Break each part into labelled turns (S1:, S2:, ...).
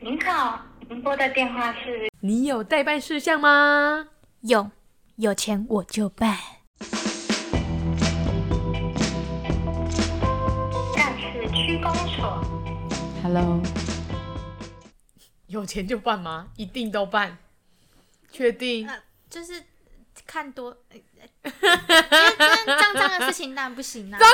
S1: 您好，您拨的电话是
S2: 你有代办事项吗？
S3: 有有钱我就办。
S1: 干事区公所。
S4: Hello，
S2: 有钱就办吗？一定都办，确定？
S3: 就是看多，呃 呃因为这样脏脏的事情当然不行啊啦、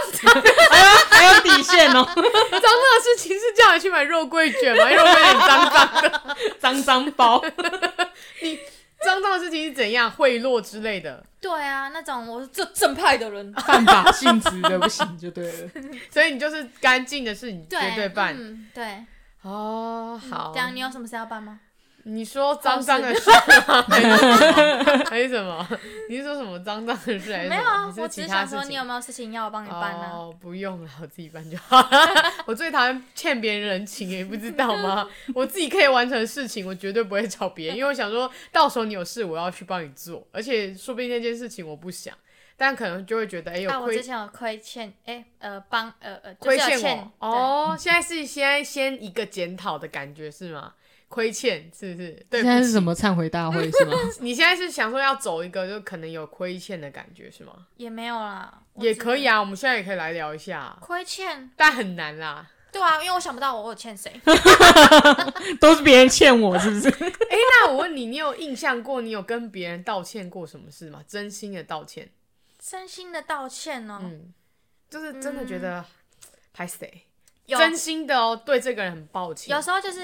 S4: 还有底线哦，
S2: 脏脏的事情是叫你去买肉桂卷吗？因为肉桂卷脏 脏的，
S4: 脏脏包。
S2: 脏脏的事情是怎样？贿赂之类的，
S3: 对啊，那种我是这正派的人，
S2: 啊
S4: 犯法性质的不行就对 了。
S2: 所以你就是干净的事，你绝
S3: 对
S2: 对办。
S3: 嗯，对。
S2: 哦，好
S3: 这。样你有什么事要办吗？
S2: 你说脏脏的事吗？还是什么 还是什么？你是说什么脏脏的事？还是
S3: 没有
S2: 什么
S3: 啊
S2: 你，
S3: 我
S2: 是其
S3: 只是
S2: 他
S3: 想
S2: 事
S3: 说你
S2: 情
S3: 有。没有事情要我帮你办啊呢、
S2: 哦，不用了，我 自己办就好了。我最讨厌欠别人人情，你不知道吗？ 我自己可以完成的事情，我绝对不会找别人，因为我想说到时候你有事，我要去帮你做，而且说不定那件事情我不想，但可能就会觉得哎、
S3: 啊，
S2: 有
S3: 我之
S2: 亏、
S3: 前有亏欠，哎、呃，帮，呃呃，就
S2: 亏
S3: 是有
S2: 欠
S3: 欠
S2: 我哦。现在是现在先一个检讨的感觉是吗？亏欠是不是？对
S4: 现
S2: 不
S4: 在
S2: 起
S4: 是什么忏悔大会是吗？
S2: 你现在是想说要走一个就可能有亏欠的感觉是吗？
S3: 对也没有啦，我
S2: 也
S3: 只
S2: 可以啊，我们现在也可以来聊一下，啊
S3: 亏欠，
S2: 但很难啦。
S3: 对啊，因为我想不到我有欠 谁，
S4: 都是别人欠我，是不是？
S2: 哎、那我问你，你有印象过你有跟别人道歉过什么事吗？真心的道歉，
S3: 真心的道歉哦、
S2: 嗯，就是真的觉得拍谁、
S3: 嗯有
S2: 真心的哦，对这个人很抱歉嗯
S3: 有。时候就是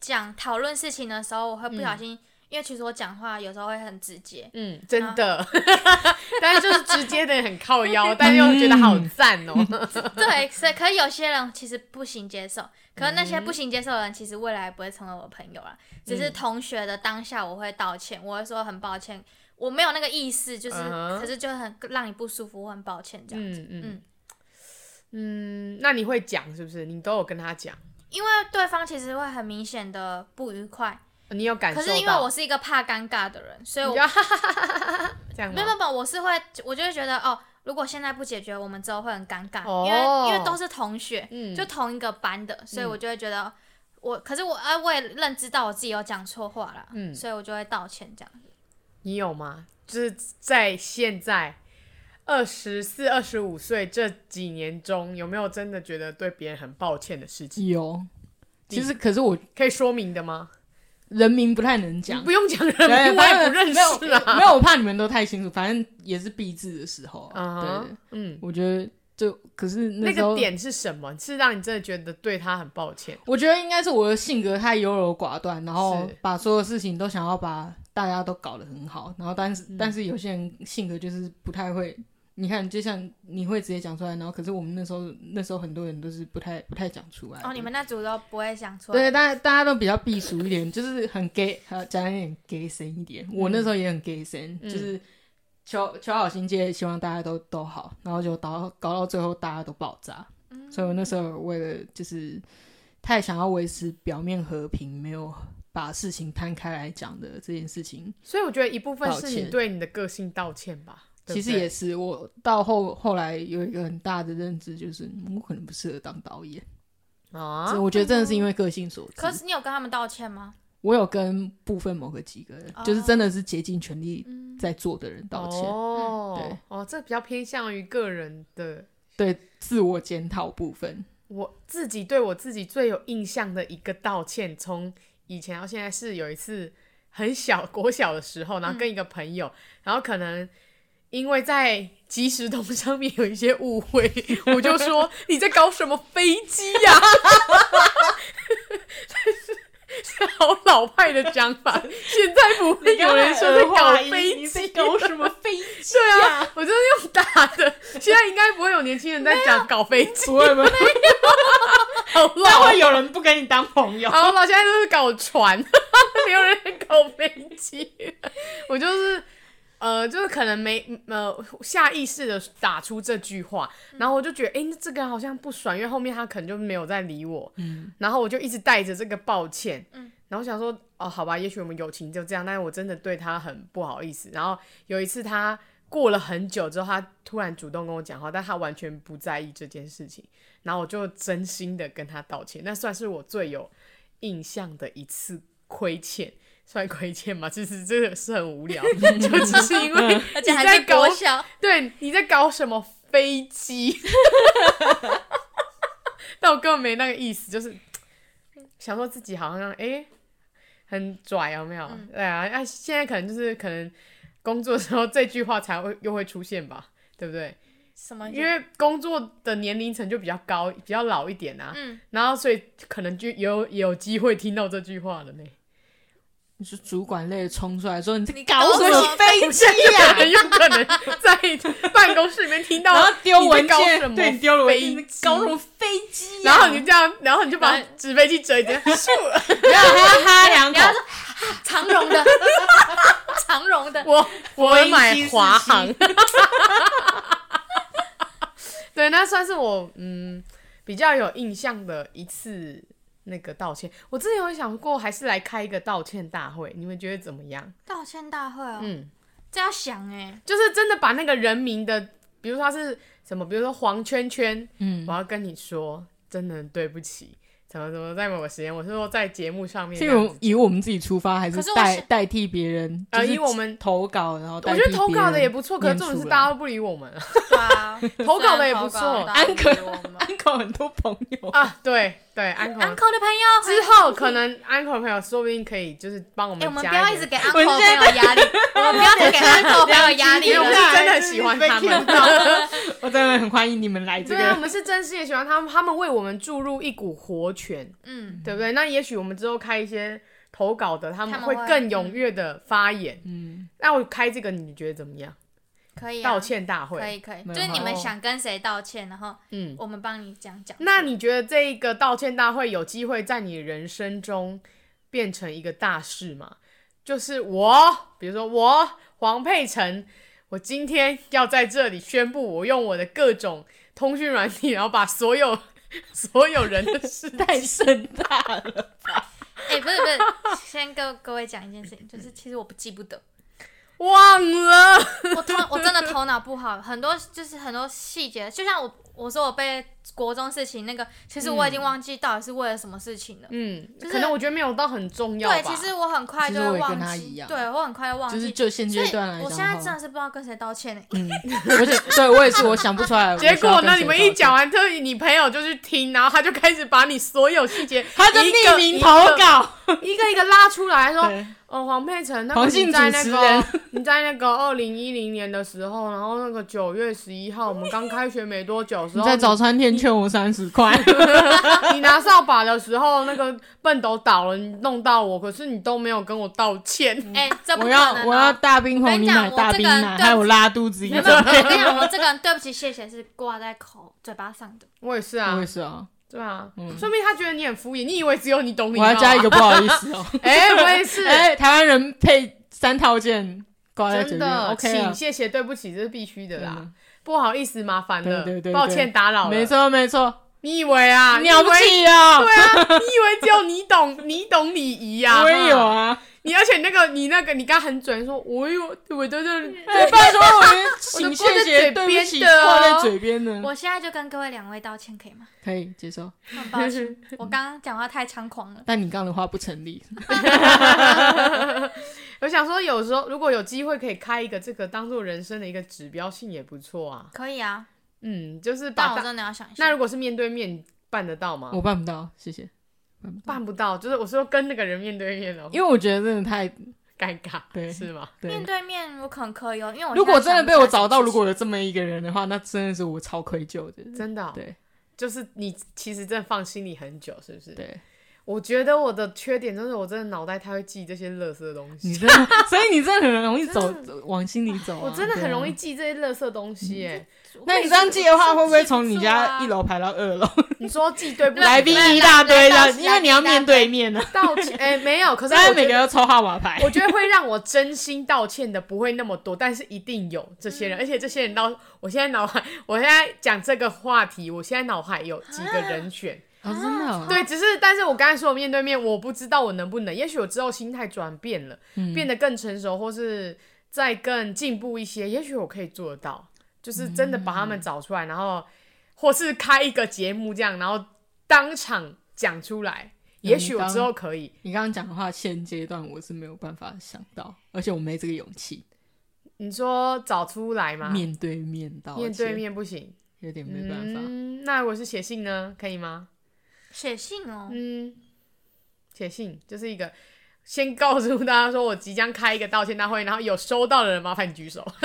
S3: 讲讨论事情的时候，我会不小心，因为其实我讲话有时候会很直接，
S2: 嗯，真
S3: 啊
S2: 的， 但是就是直接的很靠腰，但又觉得
S3: 嗯
S2: 好赞哦。
S3: 对，所以可是有些人其实不行接受，可是那些不行接受的人，其实未来不会成为我朋友啦，啊
S2: 嗯
S3: 只是同学的当下我会道歉，我会说很抱歉，我没有那个意思，就是、
S2: 嗯哼
S3: 可是就很让你不舒服，我很抱歉这样子，
S2: 嗯嗯嗯，那你会讲是不是？你都有跟他讲，
S3: 因为对方其实会很明显的不愉快，
S2: 你有感受
S3: 可
S2: 到？
S3: 是因为我是一个怕尴尬的人，所以我
S2: 你要哈哈哈哈哈哈这样吗
S3: 没有没有没有，我是会，我就会觉得哦，如果现在不解决，我们之后会很尴尬，
S2: 哦
S3: 因为因为都是同学，
S2: 嗯
S3: 就同一个班的，所以
S2: 嗯
S3: 我就会觉得、我，可是我啊，我也认知到我自己有讲错话了，
S2: 嗯
S3: 所以我就会道歉这样。
S2: 你有吗？就是在现在二十四、二十五岁这几年中，有没有真的觉得对别人很抱歉的事情？
S4: 有，其实可是我
S2: 可以说明的吗？
S4: 人名不太能讲
S2: 你不，用讲人
S4: 对
S2: 名，我
S4: 反
S2: 也
S4: 正
S2: 不认识啊。
S4: 没有，我怕你们都太清楚，反正也是必字的时候啊。
S2: 嗯
S4: 对
S2: 哼，嗯，
S4: 我觉得就可是
S2: 那
S4: 时候
S2: 个，点是什么？是让你真的觉得对他很抱歉？
S4: 我觉得应该是我的性格太优柔寡断，然后
S2: 是
S4: 把所有事情都想要把大家都搞得很好，然后但是、但是有些人性格就是不太会。你看，就像你会直接讲出来，然后可是我们那时候那时候很多人都是不太不太讲出来的。
S3: 哦，你们那组都不会讲错，
S4: 对，大家大家都比较避俗一点，就是很 gay，呃讲一点 gay 神一点。我那时候也很 gay 神，就是求求好心切，希望大家都都好，然后就搞搞到最后大家都爆炸。所以我那时候为了就是太想要维持表面和平，没有把事情摊开来讲的这件事情，
S2: 所以我觉得一部分是
S4: 抱
S2: 你
S4: 歉
S2: 对你的个性道歉吧。对
S4: 其
S2: 不
S4: 实
S2: 对
S4: 也是我到后后来有一个很大的认知，就是嗯我可能不适合当导演。
S2: 啊
S4: 所以，我觉得真的是因为个性所致。
S3: 可是你有跟他们道歉 吗？
S4: 我有跟部分某个几个人，
S3: 哦
S4: 就是真的是竭尽全力
S3: 嗯，
S4: 在做的人道歉，
S2: 哦
S4: 对，
S2: 哦，这比较偏向于个人的
S4: 对自我检讨部分。
S2: 我自己对我自己最有印象的一个道歉，从以前到现在是有一次很小国小的时候，然后跟一个朋友，然后可能因为在即时通上面有一些误会， 我就说你在搞什么飞机呀、 这是好老派的讲法，现在不会有人说在搞飞机，
S4: 搞什么飞机？
S2: 对啊，我就是用打的，现在应该不会有年轻人在讲搞飞机，
S4: 不会不会，
S2: 好老
S4: 那会有人不跟你当朋友。
S2: 好，老现在都是搞船，没有人搞飞机。我就是呃，就是可能没呃下意识的打出这句话，然后我就觉得，哎、那这个人好像不爽，因为后面他可能就没有再理我，
S4: 嗯，
S2: 然后我就一直带着这个抱歉，
S3: 嗯
S2: 然后想说，哦，好吧，也许我们友情就这样，但是我真的对他很不好意思。然后有一次他过了很久之后，他突然主动跟我讲话，但他完全不在意这件事情，然后我就真心的跟他道歉，那算是我最有印象的一次亏欠，算亏欠嘛，就是这个是很无聊，就只 是因为
S3: 而且
S2: 你
S3: 还
S2: 在
S3: 是
S2: 搞
S3: 国小，
S2: 对，你在搞什么飞机？ 但我根本没那个意思，就是想说自己好像诶很拽，有没有？
S3: 嗯
S2: 对啊，那、现在可能就是可能工作的时候这句话才会又会出现吧，对不对？
S3: 什么？
S2: 因为工作的年龄层就比较高，比较老一点啊，
S3: 嗯，
S2: 然后所以可能就有有机会听到这句话了呢。
S4: 你说主管类冲出来说你在
S3: 你
S4: 搞什
S3: 搞什
S4: 么
S3: 么
S4: 飞机
S2: 可
S4: 呀、
S2: 能有可能在办公室里面听到，
S4: 然后丢文
S2: 你在搞什
S4: 件，
S2: 么
S4: 对，你丢了文件，
S2: 飞
S4: 你
S2: 机
S4: 在搞什么飞机呀、
S2: 然后你就这样，然后你就把
S3: 然后
S2: 纸飞机折 一折，咻！
S4: 不要哈哈两口
S3: 然后，说啊长荣的， 长荣的，
S2: 我我买华
S4: 飞
S2: 航。对，那算是我嗯比较有印象的一次那个道歉。我之前有想过，还是来开一个道歉大会，你们觉得怎么样？
S3: 道歉大会哦，
S2: 嗯，
S3: 这要想哎，
S2: 就是真的把那个人名的，比如说他是什么，比如说黄圈圈，
S4: 嗯
S2: 我，要跟你说，真的很对不起，怎么怎么在某个时间，我是说在节目上面这
S4: 是
S2: 样子
S4: 由以我们自己出发，还
S3: 可
S4: 是
S3: 是我
S4: 代
S3: 是
S4: 代替别人？
S2: 呃
S4: 就是
S2: 以我们
S4: 投稿，然后
S2: 我
S4: 代替
S2: 觉得投稿的也不错，可
S4: 别
S2: 是
S4: 人
S2: 重点
S4: 啊念
S2: 是
S4: 出
S2: 大家
S4: 来
S2: 都不理我们啊
S3: 对啊，
S2: 投稿的也不错
S3: 安
S4: 安可
S3: 我们。
S4: 安口很多朋友，
S2: 啊！对对，安可
S3: 安可的朋友
S2: 之后可能 Uncle 的朋友说不定可以就是帮我
S3: 哎、
S2: 们
S3: 我们不
S2: 加
S3: 要
S2: 一
S3: 一直
S2: 点，
S3: 给
S4: 我
S3: uncle
S4: 们
S3: 朋
S4: 现
S3: 友压力， 我们不要再给 uncle 朋友 压
S2: 因
S3: 力啊
S2: 为我们
S3: 了。
S2: 是真的喜欢他们。
S4: 我真的很欢迎你们来这
S2: 对啊，我
S4: 个。
S2: 们是真心的喜欢他们，他们为我们注入一股活泉，
S3: 嗯，
S2: 对不对？那也许我们之后开一些投稿的，他们
S3: 他们
S2: 会
S3: 会嗯
S2: 更踊跃的发言。
S4: 嗯，
S2: 那我开这个，你觉得怎么样？
S3: 可以、啊，
S2: 道歉大
S3: 可
S2: 会，
S3: 以可以，
S4: 没
S3: 就
S4: 有
S3: 是你们
S4: 好
S3: 想跟谁道歉，然后
S2: 嗯，
S3: 我们帮你讲
S4: 嗯
S3: 讲。
S2: 那你觉得这一个道歉大会有机会在你人生中变成一个大事吗？就是我，比如说我黄佩岑，我今天要在这里宣布，我用我的各种通讯软体，然后把所有所有人的事
S4: 太盛大了，
S3: 哎、不是不是， 先跟各位讲一件事 情，就是其实我不记不得，
S2: 忘了。
S3: 我头我真的头脑不好，很多就是很多细节，就像我我说我被国中事情那个，其实我已经忘记到底是为了什么事情了。
S2: 嗯，
S3: 就是
S2: 可能我觉得没有到很重要吧。
S3: 对，其实我很快
S4: 其
S3: 就
S4: 实我
S3: 会
S4: 也跟
S3: 忘
S4: 他一
S3: 记，
S4: 样
S3: 对我很快就忘
S4: 就
S3: 记。
S4: 是就现
S3: 所
S4: 阶
S3: 以
S4: 段来讲，
S3: 我现在真的是不知道跟谁道歉欸呢、
S4: 嗯，我觉得对我也是，我想不出 来。
S2: 结果呢，你们一讲
S4: 讲，，
S2: 完，特意你朋友就去听，然后他就开始把你所有细节
S4: 他就
S2: 一个
S4: 匿名
S2: 一
S4: 投
S2: 个
S4: 稿，
S2: 一个一个拉出来说，
S4: 对
S2: 哦，黄佩岑，那个
S4: 黄
S2: 你
S4: 姓
S2: 在
S4: 主
S2: 那
S4: 持
S2: 个
S4: 人
S2: 你在那个二零一零年的时候，然后那个九月十一号，我们刚开学没多久的时
S4: 你
S2: 候，啊
S4: 在早餐店欠我三十块，
S2: 你你拿扫把的时候，那个笨斗倒了，你弄到我，可是你都没有跟我道歉。
S3: 哎、这不
S4: 我
S3: 可能、
S4: 要
S3: 哦！
S4: 我要大冰
S3: 我
S4: 红，
S3: 跟你
S4: 你
S3: 讲
S4: 买大冰
S3: 我这个
S4: 奶，
S3: 对
S4: 还有拉肚子一
S3: 没有，
S4: 种。
S3: 没有我跟你讲，我这个人对不起，谢谢是挂在口嘴巴上的。
S2: 我也是
S4: 我
S2: 啊
S4: 也，是啊，
S2: 对啊，
S4: 嗯
S2: 说明他觉得你很敷衍，你以为只有你懂礼
S4: 我
S2: 貌啊。
S4: 要加一个不好意思哦。
S2: 哎、我也 是，
S4: 哎，台湾人配三套件挂在嘴
S2: 真
S4: 边
S2: 的，
S4: 哎，OK 啊
S2: 请谢谢对不起，这是必须的啦
S4: 嗯。
S2: 不好意思，麻烦了，
S4: 对对对对
S2: 抱歉打扰了。
S4: 没，错没错，
S2: 你以为 啊？你以
S4: 了不
S2: 为
S4: 起啊！
S2: 对啊，你以为只有你懂， 你懂礼仪呀？
S4: 我也有
S2: 哈。
S4: 啊，
S2: 你而且那个，你那个，你刚很准说，我有，我都是
S4: 对，拜托我们请
S2: 啊挂在
S4: 谢谢，
S2: 嘴
S4: 对
S2: 边
S4: 不起，
S2: 的哦
S4: 挂在嘴边呢，
S3: 我现在就跟各位两位道歉，可以吗？
S4: 可以接受。
S3: 很抱 歉，我刚刚讲话太猖狂了。
S4: 但你刚刚的话不成立，
S2: 我想说，有时候如果有机会可以开一个这个当做人生的一个指标性也不错啊。
S3: 可以啊，
S2: 嗯，就是
S3: 但
S2: 把
S3: 我
S2: 大
S3: 真的要想一下。
S2: 那如果是面对面办得到吗
S4: 我？办不到，谢谢。办不到
S2: 办不到，就是我说跟那个人面对面哦，
S4: 因为我觉得真的太
S2: 尴尬，
S4: 对
S2: 是吗？
S3: 面
S4: 对。
S3: 对面我可能可以哦，因为我
S4: 如果
S3: 现在
S4: 真的
S3: 想不
S4: 被我
S3: 起来
S4: 找到，
S3: 什么
S4: 如果有这么一个人的话，那真的是我超愧疚的。
S2: 真的哦、
S4: 对
S2: 就是你其实真的放心里很久，是不是？
S4: 对，
S2: 我觉得我的缺点就是我真的脑袋太会记这些垃圾的东
S4: 你
S2: 西，
S4: 真的，所以你真的很容易走往心里走啊、
S2: 我真的
S4: 对
S2: 很
S4: 啊
S2: 容易。记这些垃圾东西、
S4: 哦
S2: 哎、
S3: 事情
S4: 那你这样记的话，会不会从你
S3: 我
S4: 家
S3: 也是不记
S4: 一
S3: 得啊
S4: 楼排到 二楼，
S2: 你说记对不起？
S4: 来宾一大堆
S3: 来
S4: 的
S3: 来，
S4: 因为你要面对面呢、啊。
S2: 道歉，哎、没有，可是
S4: 虽然
S2: 我
S4: 每
S2: 觉
S4: 个
S2: 得。
S4: 要抽号码牌，
S2: 我觉得会让我真心道歉的不会那么多，但是一定有这些人，
S4: 嗯
S2: 而且这些人到我现在脑海，我现在讲这个话题，我现在脑海有几个人选，
S4: 哦，真的、
S2: 啊
S4: 哦，
S2: 对，只是但是我刚才说我面对面，我不知道我能不能，也许我之后心态转变了，
S4: 嗯
S2: 变得更成熟，或是再更进步一些，也许我可以做得到，就是真的把他
S4: 嗯
S2: 们找出来，然后或是开一个节目这样，然后当场讲出来，
S4: 嗯
S2: 也许我之后可以。
S4: 你刚刚讲的话，现阶段我是没有办法想到，而且我没这个勇气
S2: 你说找出来吗？
S4: 面对面道歉，
S2: 啊面对面不行，
S4: 有点没办法。
S2: 嗯，那如果是写信呢，可以吗？
S3: 写信哦，
S2: 嗯，写信就是一个先告诉大家说我即将开一个道歉大会，然后有收到的人麻烦你举 手，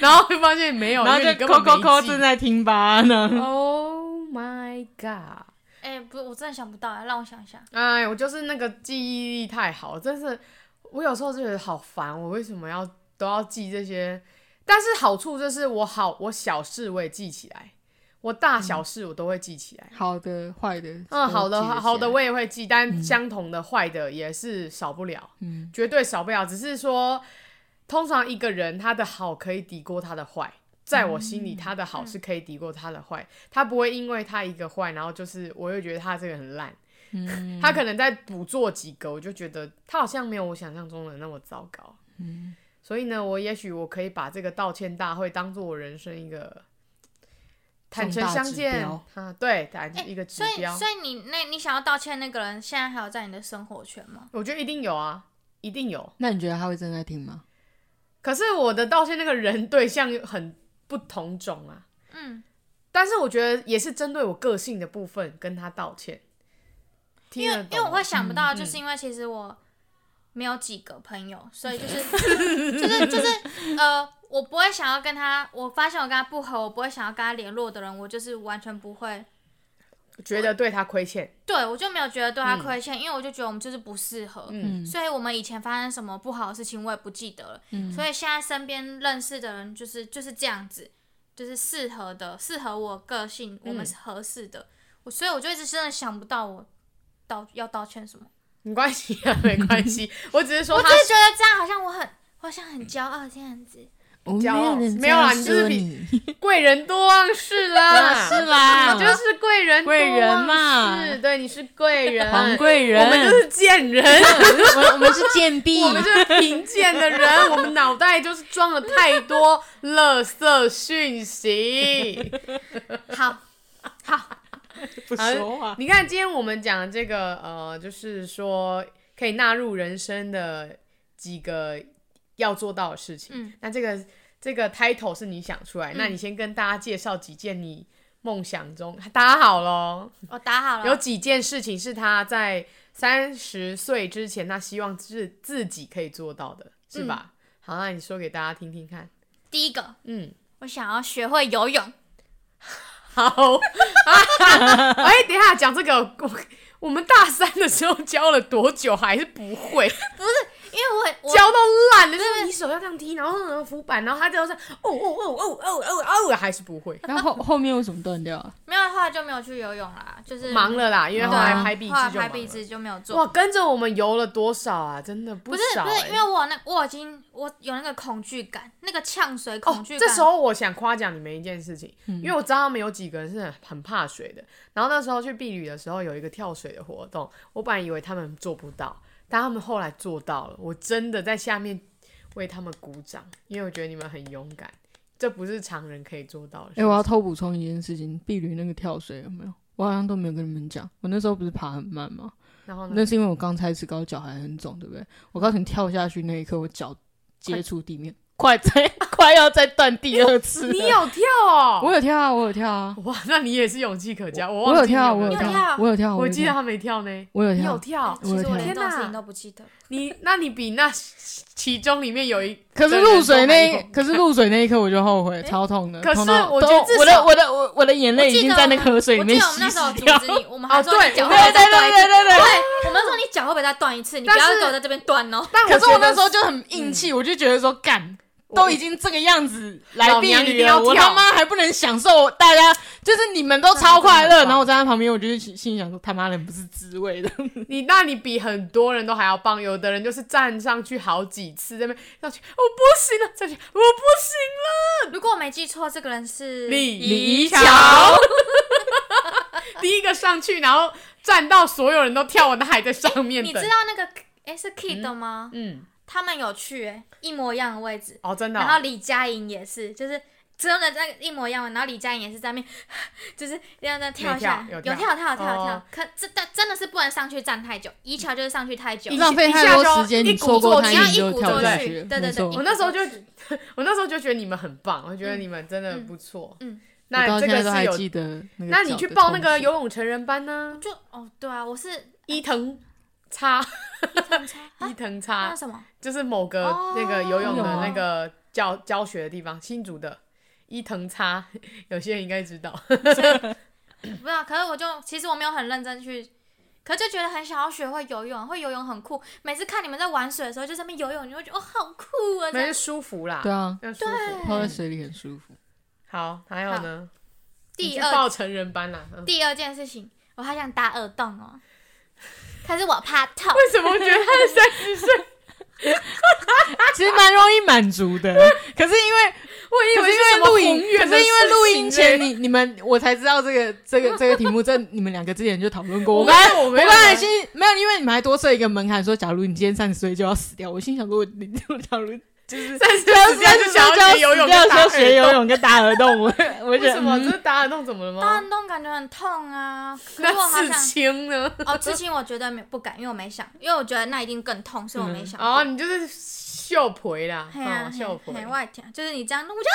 S2: 然后会发现没有，
S4: 然后
S2: 因为
S4: 就
S2: 你根
S4: 扣
S2: 本
S4: 扣扣
S2: 没
S4: 正
S2: 记。
S4: 在听吧呢。
S2: Oh my god！
S3: 哎、不，我真的想不到哎，让我想一下。
S2: 哎，我就是那个记忆力太好，真是我有时候就觉得好烦，我为什么要都要记这些？但是好处就是我好，我小事我也记起来，我大小事我都会记起来。
S4: 好的，坏的，
S2: 嗯，好的，好好的
S4: 位，
S2: 我也会记，但相同的坏的也是少不了，
S4: 嗯
S2: 绝对少不了。只是说，通常一个人他的好可以抵过他的坏，在我心里，他的好是可以抵过他的坏，他不会因为他一个坏，然后就是我又觉得他这个很烂，
S4: 嗯
S2: 他可能再补做几个，我就觉得他好像没有我想象中的那么糟糕。
S4: 嗯，
S2: 所以呢，我也许我可以把这个道歉大会当做我人生一个坦诚相见
S4: 重大
S2: 啊，对，坦
S3: 哎、
S2: 一个指
S3: 所以
S2: 标。
S3: 所以你那你想要道歉那个人，现在还有在你的生活圈吗？
S2: 我觉得一定有啊，一定有。
S4: 那你觉得他会正在听吗？
S2: 可是我的道歉那个人对象很不同种啊，
S3: 嗯，
S2: 但是我觉得也是针对我个性的部分跟他道歉。
S3: 因
S2: 听
S3: 为
S2: 得懂
S3: 因为我
S2: 吗
S3: 会想不
S4: 嗯
S3: 到，就是因为其实我没有几个朋友，所以就是 就是就是呃，我不会想要跟他，我发现我跟他不合，我不会想要跟他联络的人，我就是完全不会。
S2: 觉得对他亏 欠，
S3: 对，我就没有觉得对他亏欠，因为我就觉得我们就是不适合，
S2: 嗯
S3: 所以我们以前发生什么不好的事情我也不记得了，所以现在身边认识的人就是就是这样子，就是适合的，适合我个性，我们是合适的，我所以我就一直真的想不到我道要道歉什么，
S2: 没关系啊，没关 系。我只是说
S3: 我只
S2: 他
S3: 是觉得这样好像我很我好像很骄傲这样子，
S4: 我
S2: 骄傲
S4: 人这
S2: 没有啦
S4: 样
S2: 你就是
S4: 说
S2: 比 贵人多忘事啦，
S4: 是啦
S2: 你就是贵人多忘事
S4: 贵人嘛
S2: 是对，你是贵人，
S4: 黄贵人，
S2: 我们 就是贱人。
S4: 我们我们是贱婢
S2: 我，们就是贫贱的人，我们脑袋就是装了太多垃圾讯息。
S3: 好，
S4: 不说话。
S2: 你看，今天我们讲的这个，呃，就是说可以纳入人生的几个要做到的事情。
S3: 嗯
S2: 那这个这个 title 是你想出来，那你先跟大家介绍几件你梦想中大家好喽，
S3: 我打好了，
S2: 有几件事情是他在三十岁之前，他希望自自己可以做到的，是
S3: 嗯
S2: 吧？好，那你说给大家听听看。
S3: 第一个，
S2: 嗯，
S3: 我想要学会游泳，
S2: 好。哎、等一下讲这个，我我们大三的时候教了多久，还是不会，
S3: 因为我我
S2: 教到烂了。就是你手要这样踢，然后呢浮板，然后他就这样，哦哦哦哦哦哦哦，还是不会，
S4: 然后后后面为什么断 掉啊？
S3: 没有的话就没有去游泳啦，就是啊
S2: 忙了啦，因为后来拍壁纸
S3: 后来
S2: 就
S3: 拍
S2: 忙
S3: 壁
S2: 了。
S3: 纸就没有做。
S2: 哇，跟着我们游了多少啊？真的不
S3: 不是
S2: 少、欸
S3: 不是，因为我那我已经我有那个恐惧感，那个呛水恐
S2: 哦，
S3: 惧
S2: 这
S3: 感。
S2: 时候我想夸奖你们一件事情，
S4: 嗯
S2: 因为我知道他们有几个人是很很怕水的。然后那时候去避旅的时候，有一个跳水的活动，我本来以为他们做不到，但他们后来做到了。我真的在下面为他们鼓掌，因为我觉得你们很勇敢，这不是常人可以做到的事
S4: 哎、
S2: 情。
S4: 我要偷补充一件事情，碧驴那个跳水有没有？我好像都没有跟你们讲，我那时候不是爬很慢吗？
S2: 然后呢
S4: 那？是因为我刚开始高脚还很肿，对不对？我告诉你，跳下去那一刻，我脚接触地面，快再快要再断第二次了。
S2: 啊你有跳哦、
S4: 我有跳啊，我有跳啊，
S2: 哇，那你也是勇气可嘉。我
S4: 我
S2: 忘
S4: 有
S2: 记你
S4: 跳啊，
S2: 没
S4: 我
S2: 有
S4: 有
S3: 跳
S4: 啊，我有跳啊，
S2: 我
S4: 有
S2: 记得
S4: 跳啊，
S2: 他没跳呢。
S4: 我有
S2: 你
S4: 跳
S2: 有
S4: 啊。
S2: 跳，
S3: 其实我连
S2: 天
S3: 这种事
S2: 哪
S3: 情都不记得。
S2: 你那你比那其中里面有一
S4: 可是
S2: 对
S4: 入
S2: 人
S4: 水
S2: 都
S4: 那
S2: 还有
S4: 一，可是入水那一刻我就后悔，超痛的。
S2: 可是
S4: 痛到
S2: 我觉
S4: 都
S2: 得至
S4: 我
S2: 少
S4: 的我的我我的眼
S3: 我
S4: 泪已
S3: 记
S4: 经
S3: 得
S4: 在
S3: 我
S4: 那
S3: 们
S4: 口水里面
S3: 我记得我们
S4: 稀
S3: 那时候有
S4: 释
S3: 阻
S4: 掉。
S3: 止 你，我们还
S2: 哦
S3: 说
S2: 对
S3: 你脚
S2: 我
S3: 会
S2: 们
S3: 再
S2: 有在
S3: 断一次。
S4: 对对。
S3: 我们说你脚会不会再断一次？你不
S2: 但
S3: 要
S2: 是
S3: 给我在这边断哦。
S2: 但
S4: 可是嗯
S2: 觉
S4: 我
S2: 得
S4: 那时候就很硬气，我就觉得说干。都已经这个样子来
S2: 老
S4: 避
S2: 娘一
S4: 旅
S2: 定要
S4: 了，我
S2: 跳
S4: 他妈还不能享受大家，就是你们都超快
S2: 真的
S4: 乐，
S2: 很棒
S4: 然后我站在旁边，我就是心心里想说他妈的不是滋味的，
S2: 你那你比很多人都还要棒，有的人就是站上去好几次，这边上去我不行了，上去我不
S3: 如果我没记错，这个人是
S2: 行了。李
S4: 李
S2: 乔
S4: 乔，
S2: 第一个上去，然后站到所有人都跳完，他还在上面
S3: 你知
S2: 等。
S3: 道那个哎是 Kid 吗？
S2: 嗯，
S3: 他们有去哎，一模一样的位置。
S2: 哦，真的
S3: 然后
S2: 哦、
S3: 李佳颖也是，就是只有那那个一模一样的，然后李佳颖也是在面， 就是让那跳下，
S2: 没跳有跳
S3: 跳跳跳跳，
S2: 哦
S3: 可这但真的是不能上去站太久，一桥就是上去太久
S2: 一，
S4: 浪费太多时间，
S2: 一
S4: 你
S2: 鼓
S4: 错过
S2: 作
S4: 它，
S2: 气
S4: 你就跳下
S3: 一鼓作气
S4: 去了。
S3: 对对对
S4: 没错
S3: 一鼓
S2: 我那时候就，我那时候就觉得你们很棒，我觉得你们真的不错。
S3: 嗯嗯
S4: 我
S2: 那
S4: 到
S2: 这
S4: 现在都
S2: 个是
S4: 还
S2: 有，
S4: 记得那个。
S2: 那你去报那个啊游，泳成人班呢？
S3: 就哦对啊，我是
S2: 伊藤叉，
S3: 穿插啊
S2: 伊藤
S3: 那
S2: 叉
S3: 什么
S2: 就是某个
S3: 哦
S2: 那个游泳的
S4: 有啊
S2: 那个教教学的地方，新竹的伊藤叉， 有些人应该知道。
S3: 不知道，可是我就其实我没有很认真去。可就觉得很想要学会游泳，会游泳很酷。每次看你们在玩水的时候，就在那边游泳，你会觉得哦，好酷啊！这
S2: 没
S3: 样
S2: 是舒服啦，
S4: 对啊，
S2: 要舒服。
S4: 泡在水里很舒服。
S2: 好，还有呢，你
S3: 第
S2: 去
S3: 二
S2: 报成人班啦。嗯
S3: 第二件事情，我好想打耳洞哦，可是我怕痛。
S2: 嗯为什么我觉得他的三十岁？
S4: 其实蛮容易满足 的，可是因为
S2: 啊我以
S4: 可
S2: 为
S4: 是因为录
S2: 录
S4: 音，
S2: 音，
S4: 可是因为录音前
S2: 你
S4: 你你们我才知道这个这个这个题目，这你们两个之前就讨论 过。
S2: 我
S4: 我
S2: 没
S4: 刚
S2: 有
S4: 才
S2: 我没有
S4: 刚才
S2: 啊
S4: 心没有，因为你们还多设一个门槛，说假如你今天三十岁就要死掉，我心想说，你假如啊就是啊
S2: 三十岁
S4: 三
S2: 就
S4: 十
S2: 想
S4: 岁
S2: 要
S4: 要
S2: 学游泳，
S4: 死掉就要学游。泳跟打耳洞，我我觉
S2: 为
S4: 得
S2: 什么？
S4: 嗯
S2: 这是打耳洞怎么了
S3: 打
S2: 吗？
S3: 耳洞感觉很痛啊，可是我好
S2: 那
S3: 想
S2: 刺青呢？
S3: 哦，刺青我绝对没不敢，因为我没想，因为我觉得那一定更痛，所以我没想 过。
S2: 哦，你就是秀培啦，
S3: 嘿啊，
S2: 哦，
S3: 嘿
S2: 秀培。
S3: 嘿我也听，就是你这样弄，我就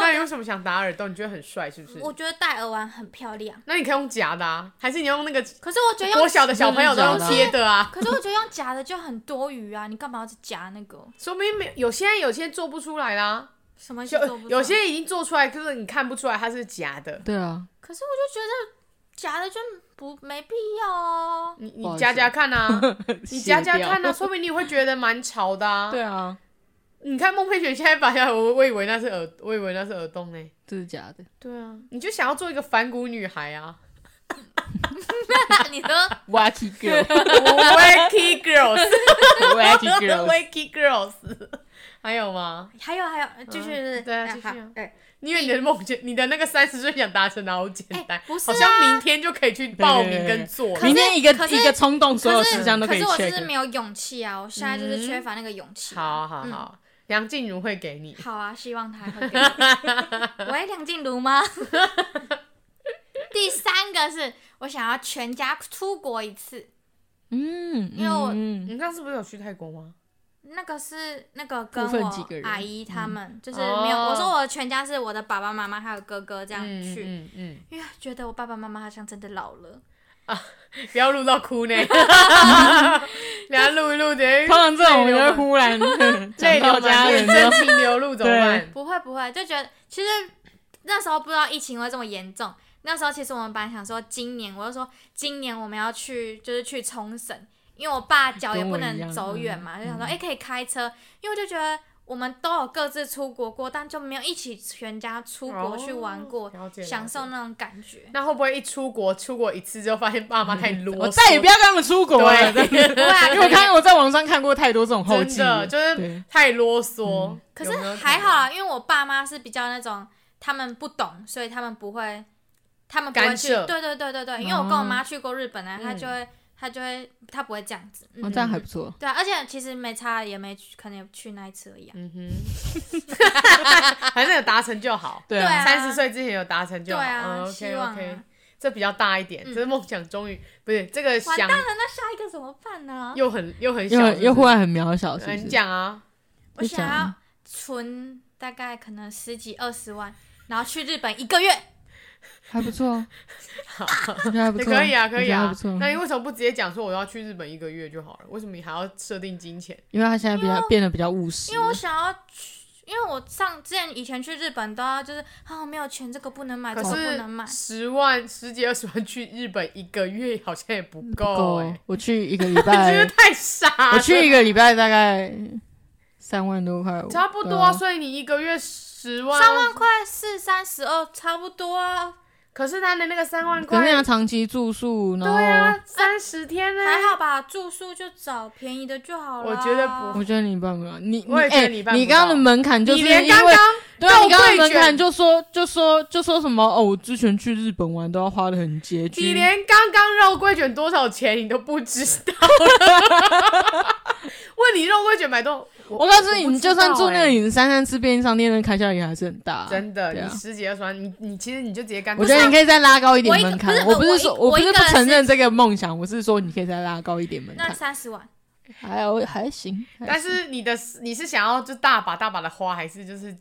S2: 那你为什么想打耳洞？你觉得很帅是不是？
S3: 哦我觉得戴耳环很漂亮，
S2: 那你可以用夹的啊，还是你用那个
S3: 可是我觉得
S2: 国
S3: 用，
S2: 小的小朋友都用贴的啊？
S3: 可是我觉得用夹的就很多余啊，你干嘛要去夹那个？
S2: 说明没有有些人有些做不出来啦，
S3: 什么意思做
S2: 有
S3: 不到
S2: 有，些已经做出来，就是你看不出来它是夹的。
S4: 对啊，
S3: 可是我就觉得夹的就不没必要哦。
S2: 你
S4: 不好
S2: 你
S4: 意思
S2: 夹夹看 啊，你夹夹
S4: 卸掉
S2: 看啊，说明你会觉得蛮潮的啊。
S4: 对，啊，
S2: 你看孟佩璇现在拔下来，我我以为那是耳，我以为那是耳洞呢、
S4: 这是假的，
S2: 对啊，你就想要做一个反骨女孩 啊
S3: 你说
S4: wacky girl，wacky
S2: ，Wacky Girls，Wacky
S4: girl，
S2: Girls，还有吗？
S3: 还有还有，继续
S2: 嗯对啊
S3: 嗯
S2: 继续啊
S3: 好对
S2: 因为你的梦想，你的那个三十岁想达成的好简单，
S3: 哎不是啊
S2: 好像明天就可以去报名跟做了。
S3: 可是
S4: 明天一个
S3: 可是
S4: 一个冲动，所有
S3: 可是
S4: 事项都
S3: 可
S4: 以
S3: 是我就是
S4: check。
S3: 没有勇气啊，我现在就是缺乏那个勇气、
S2: 嗯好好
S3: 嗯
S2: 好，梁静茹会给你。
S3: 好啊，希望他会给我。 喂，梁静茹吗？第三个是我想要全家出国一次，
S4: 嗯，
S3: 因为我
S4: 嗯
S2: 你上次不是有去泰国吗？
S3: 那个是那个跟
S4: 部分几
S3: 我
S4: 个人嗯
S3: 阿姨他们，就是
S2: 哦
S3: 没有。我说我的全家是我的爸爸妈妈还有哥哥这样
S2: 嗯
S3: 去，
S2: 嗯嗯
S3: 因为觉得我爸爸妈妈好像真的老了。
S2: 嗯，不要录到哭 呢，然后录一录的，
S4: 通常这种人会
S2: 泪
S4: 忽然 讲
S2: 流
S4: 到
S2: 满
S4: 家人
S2: 面，
S4: 之
S2: 真
S4: 后，
S2: 情流露怎么办？
S3: 不会不会，就觉得其实那时候不知道疫情会这么严重。那时候其实我们本来想说今年，我就说今年我们要去就是去冲绳，因为我爸脚也
S4: 跟
S3: 不
S4: 我一
S3: 能
S4: 样
S3: 走远嘛，
S4: 嗯
S3: 就想说哎、诶可以开车，因为我就觉得我们都有各自出国过，但就没有一起全家出国去玩过，
S2: 哦了解
S3: 享受
S2: 了
S3: 那种感觉
S2: 解。。那会不会一出国，出国一次就发现爸妈太啰嗦？
S4: 我再也不要跟他们出国了。
S2: 对
S4: 真的
S3: 对啊，
S4: 因为我看我在网上看过太多这种后
S2: 真
S4: 记了，
S2: 的就是
S4: 对
S2: 太啰嗦。
S3: 嗯可是
S2: 有没有
S3: 还好啊，因为我爸妈是比较那种他们不懂，所以他们不会，他们不会
S2: 干
S3: 去。
S2: 涉
S3: 对对对对对，因为我跟我妈去过日本呢、啊
S2: 嗯
S3: 她就会她就会她不会这样子。
S4: 哦
S3: 嗯，
S4: 这样还不错。
S3: 对啊，而且其实没差，也没去，可能也去那一次而已、啊。
S2: 嗯哼， 反正有达成就好。
S4: 对
S3: 啊
S2: 三十岁之前有达成
S3: 对
S2: 就好。
S3: 啊，
S2: 嗯、
S3: 希
S2: OK
S3: 望
S2: OK，
S3: 啊。
S2: 这比较大一点，
S3: 嗯
S2: 这是梦想终于不是这个
S3: 完
S2: 想
S3: 蛋了，那下一个怎么办呢？
S2: 又很又很小
S3: 啊
S4: 又
S2: 是不是，
S4: 又忽然很渺小，是
S2: 呃你
S4: 不是？
S2: 讲啊，
S3: 我想要存大概可能十几二十万，然后去日本一个月。
S4: 还 不错，我觉得还不
S2: 你
S4: 错，
S2: 可以啊，可以
S4: 我觉得还
S2: 啊
S4: 不错。
S2: 那你为什么不直接讲说我要去日本一个月就好了？为什么你还要设定金钱？
S4: 因为他现在比较变得比较务实
S3: 因，为我想要去，因为我上之前以前去日本都要就是啊，我没有钱，这个不能买，这
S2: 可
S3: 个啊不能买
S2: 是。十万、十几、二十万去日本一个月好像也不
S4: 不
S2: 够
S4: 够
S2: 哎、欸，。
S4: 我去一个礼
S2: 你是不
S4: 拜
S2: 是，太傻了？
S4: 我去一个礼拜大概三万多块，
S2: 差不多
S4: 对
S2: 啊，
S4: 啊。
S2: 所以你一个月十万，
S3: 三万块四三十二差不多啊，
S2: 可是他的那个三万
S4: 可是
S2: 块，
S4: 要长期住宿，然
S2: 对
S4: 后
S2: 啊，三十天呢、
S3: 还好吧，住宿就找便宜的就好了。
S2: 我觉得不
S4: 我觉得你办不到，你你
S2: 我也觉得
S4: 哎，
S2: 你办不
S4: 你刚刚
S2: 到
S4: 的门槛就是
S2: 你
S4: 因
S2: 连
S4: 为
S2: 刚刚
S4: 对啊，
S2: 肉
S4: 你刚刚
S2: 桂
S4: 门
S2: 卷
S4: 槛就说就说就说什么哦，我之前去日本玩都要花的很拮
S2: 你
S4: 据，
S2: 连刚刚肉桂卷多少钱你都不知道。 问你肉桂卷百多，
S4: 我告诉你，
S2: 我不
S4: 你
S2: 知道
S4: 就算住那
S2: 欸
S4: 里，你三餐吃便利商店，那开销也还是很大。
S2: 真的，
S4: 对啊
S2: 你十几二十万，你你其实你就直接干
S4: 我
S2: 脆。
S4: 觉得你可以再拉高一点
S3: 我一个
S4: 门
S3: 不
S4: 槛。
S3: 是
S4: 啊我不
S3: 我
S4: 是
S3: 一
S4: 说，我不
S3: 我
S4: 是
S3: 一
S4: 不
S3: 个人
S4: 承认这个梦想，我是说你可以再拉高一点门
S3: 那
S4: 槛。
S3: 三十万，
S4: 还有还行，
S2: 但是你的你是想要就大把大把的花，还是就是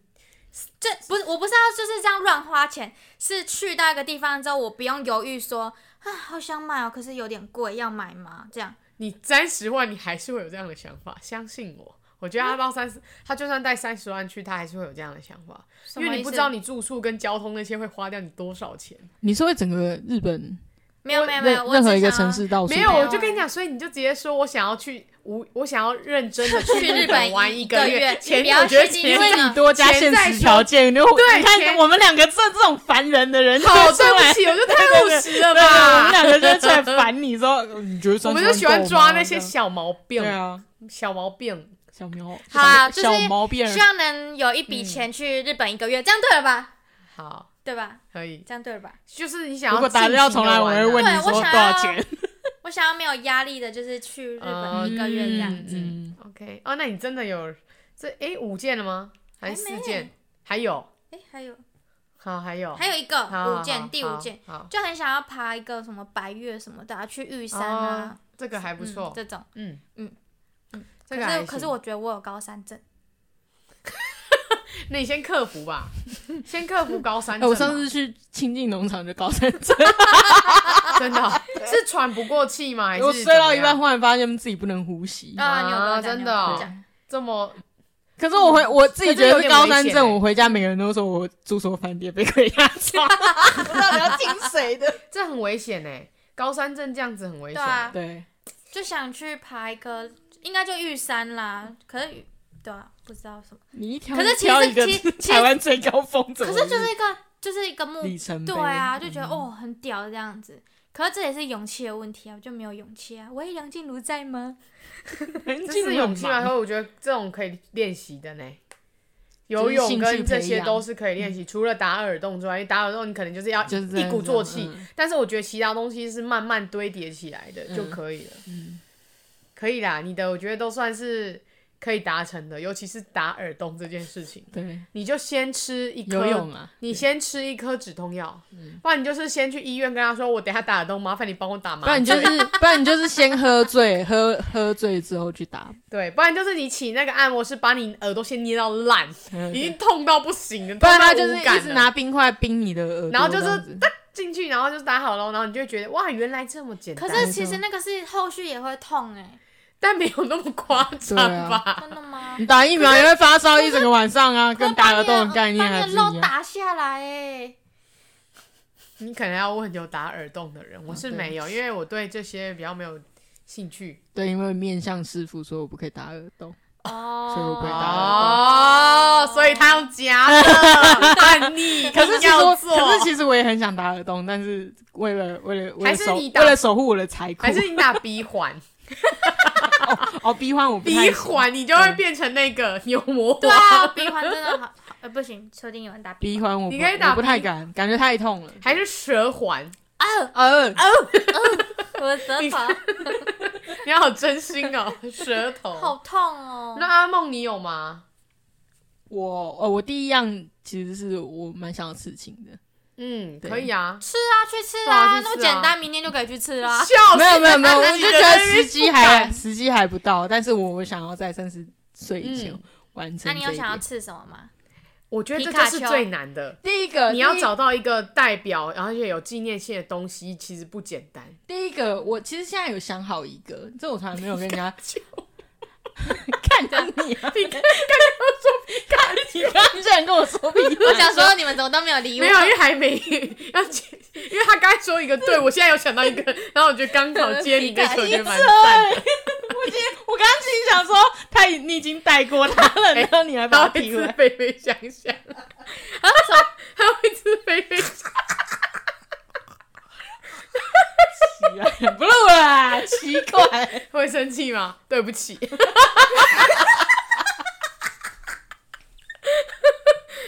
S3: 这不是我不是要就是这样乱花钱，是去到一个地方之后，我不用犹豫说啊，好想买哦，可是有点贵，要买吗？这样
S2: 你三十万，你还是会有这样的想法？相信我，我觉得他到三十、他就算带三十万去，他还是会有这样的想法，因为你不知道
S3: 你
S2: 你住宿跟交通那些会花掉你多少钱。
S4: 你是会整个日本
S3: 没有没有没有，
S4: 任
S3: 我
S4: 任
S3: 只
S4: 何一个
S3: 想
S4: 城
S3: 要
S4: 市到处
S2: 没有，
S4: 跑
S2: 我就跟你讲，所以你就直接说我想要去无，我想要认真的
S3: 去
S2: 去
S3: 日本
S2: 玩
S3: 一
S2: 个
S3: 个月
S2: 钱
S3: 你不要
S2: 我觉得
S3: 去
S2: 钱
S3: 因为你
S4: 多
S2: 加现实条
S4: 件，对
S2: 对你看钱我
S4: 们两个这这种烦人的人
S2: 好，对不起，我就太务实了吧。
S4: 个就出来烦你说，你觉得
S2: 我们就喜欢抓那些小毛病
S4: 对，啊，
S2: 小毛病。
S4: 小苗
S3: 好啊就是
S4: 小毛病，
S3: 希望能有一笔钱去日本一个月，这样对了吧？
S2: 好，
S3: 对吧？
S2: 可以，
S3: 这样对了吧？
S2: 就是你想
S4: 如
S2: 要
S4: 果打
S2: 尽
S4: 掉
S2: 情
S4: 重
S2: 地
S4: 来，我
S2: 玩
S4: 会
S2: 啊
S4: 问你
S3: 对
S4: 说
S3: 我
S4: 多
S3: 想
S4: 少
S3: 要
S4: 钱？
S3: 我想要没有压力的，就是去日
S2: 哦
S3: 本一个月呃这样子。
S4: 嗯。嗯
S2: OK，哦，那你真的有这诶五件了吗？还是
S3: 还没
S2: 四件？还有，
S3: 哎、还有
S2: 好，还有，
S3: 还有一个
S2: 好
S3: 五件，第五件，，
S2: 好好好好，
S3: 就很想要爬一个什么白月什么的、啊，去玉山啊，
S2: 哦，这个还不
S3: 嗯
S2: 错，
S3: 这种。
S2: 嗯
S3: 嗯嗯，
S2: 这
S3: 可
S2: 个还
S3: 是
S2: 行
S3: 可是我觉得我有高山症，
S2: 那你先克服 吧，先克服高山
S4: 哎
S2: 症嘛。
S4: 我上次去清境农场就高山症，
S2: 真的哦 是喘不过气吗？还是
S4: 我睡到一
S2: 怎么
S4: 半，
S2: 样
S4: 忽然发现自己不能呼吸。
S3: 啊，你有跟我讲
S2: 真
S3: 你有
S2: 的
S3: 跟我
S2: 哦
S3: 讲
S2: 这 么
S4: 可是我回我自己觉得是高
S2: 可是有点
S4: 山
S2: 危险欸
S4: 症，我回家每个人都说我住错饭店被鬼压床，我到底要听谁的？
S2: 这很危险哎，高山症这样子很危险
S3: 对。啊，
S4: 对，
S3: 就想去爬一个，应该就玉山啦。可是玉对啊，不知道什么，
S4: 你一挑
S3: 可是其实
S4: 挑一个
S3: 其实其实
S4: 台湾最高峰，怎
S3: 可
S4: 么
S3: 是就是一个就是一个目
S4: 里程碑嗯
S3: 对啊，就觉得、哦很屌这样子。可是这也是勇气的问题啊，我就没有勇气啊。喂，梁静茹在吗？
S2: 这啊是勇气嘛？
S4: 嘛？
S2: 所以我觉得这种可以练习的呢。游泳跟这些都是可以练习，除了打耳洞之外，因为打耳洞你可能就是要
S4: 就是这
S2: 一
S4: 样
S2: 鼓作气
S4: 嗯，
S2: 但是我觉得其他东西是慢慢堆叠起来的嗯就可以了。可以啦，你的我觉得都算是可以达成的，尤其是打耳洞这件事情，
S4: 对，
S2: 你就先吃一颗
S4: 游泳啊，
S2: 你先吃一颗止痛药，不然你就是先去医院跟他说，我等一下打耳洞，麻烦你帮我打麻
S4: 不然你就是不然你就是先喝醉，喝喝醉之后去打。
S2: 对，不然就是你请那个按摩师把你耳朵先捏到 烂，
S4: 嗯
S2: 已经痛到不行了，
S4: 不然
S2: 痛
S4: 他
S2: 到
S4: 就是
S2: 无感
S4: 一直
S2: 了
S4: 拿冰块冰你的耳朵，
S2: 然后就是
S4: 这样子
S2: 进去，然后就打好了，然后你就会觉得哇，原来这么简单。
S3: 可是其实那个是后续也会痛哎、
S2: 但没有那么夸张吧？
S4: 啊
S3: 真的吗？
S4: 你打疫苗也会发烧一整个晚上啊， 跟打耳洞的概念还
S3: 把
S4: 是
S3: 你
S4: 一
S3: 的肉
S4: 样。
S3: 打下来哎、
S2: 你可能要问有打耳洞的人，我是
S4: 啊对
S2: 没有，因为我对这些比较没有兴趣。
S4: 对，因为面向师傅说我不可以打耳 洞，
S3: 哦，
S4: 所以我不会打
S2: 哦，所以他用夹 的叛逆，
S4: 可是其实
S2: 要
S4: 我，
S2: 做，
S4: 可是其实我也很想打耳洞，但是为了为了为
S2: 还
S4: 了
S2: 是
S4: 守
S2: 你打
S4: 为了守护我的财库
S2: 还，是你打鼻环，
S4: 哦，逼婚我 不太
S2: 鼻环你就会变成那个牛魔
S3: 对
S2: 王。
S3: 啊，鼻环真的好，好呃不行，说不定有人打
S4: 逼婚我不
S2: 你可以打
S4: 我不太
S2: 逼
S4: 敢，感觉太痛了。
S2: 还是蛇环，
S3: 啊，
S4: 呃，
S3: 我的舌头
S2: 你好真心 哦，舌
S3: 好
S2: 头。
S3: 痛哦。
S2: 那阿梦你有吗？
S4: 我哦，我第一样其实是我蛮想要刺青的，
S2: 嗯，
S4: 对
S2: 可以啊。
S3: 吃啊，去吃
S2: 对啊去吃啊
S3: 那么简单，明天就可以去吃啦。
S2: 笑死哎
S4: 没有没有没有，我
S2: 哦啊那你
S4: 就觉
S2: 在
S4: 得
S2: 那边
S4: 时机
S2: 不
S4: 还
S2: 敢
S4: 时机还不到，但是我我想要在三十岁以前
S2: 嗯
S4: 完成这
S3: 那
S4: 一
S3: 你
S4: 点。
S3: 有想要吃什么吗？
S2: 我觉得这
S3: 皮
S2: 就
S3: 卡
S2: 是
S3: 丘
S2: 最难的。
S4: 第一个
S2: 你要
S4: 第一
S2: 找到一个代表，然后而且有纪念性的东西，其实不简单。
S4: 第一个，我其实现在有想好一个，这我从来没有跟人 家看着你、啊，
S2: 你刚刚要说皮
S4: 你刚刚居然跟 我说比
S3: 我想说你们怎么都没有理我
S2: 没有，，因为还没要接，因为他刚才说一个，对我现在有想到一个，然后我觉得刚好接你那个，我觉得蛮 赞的。
S4: 我刚刚心里想说，他已你已经带过他了，然后你还把
S2: 他
S4: 他
S2: 会
S4: 踢回
S2: 吃
S4: 来，
S2: 菲菲想想，啊 他会吃菲菲香
S4: 忍 不住啦，奇怪，
S2: 会生气吗？对不起，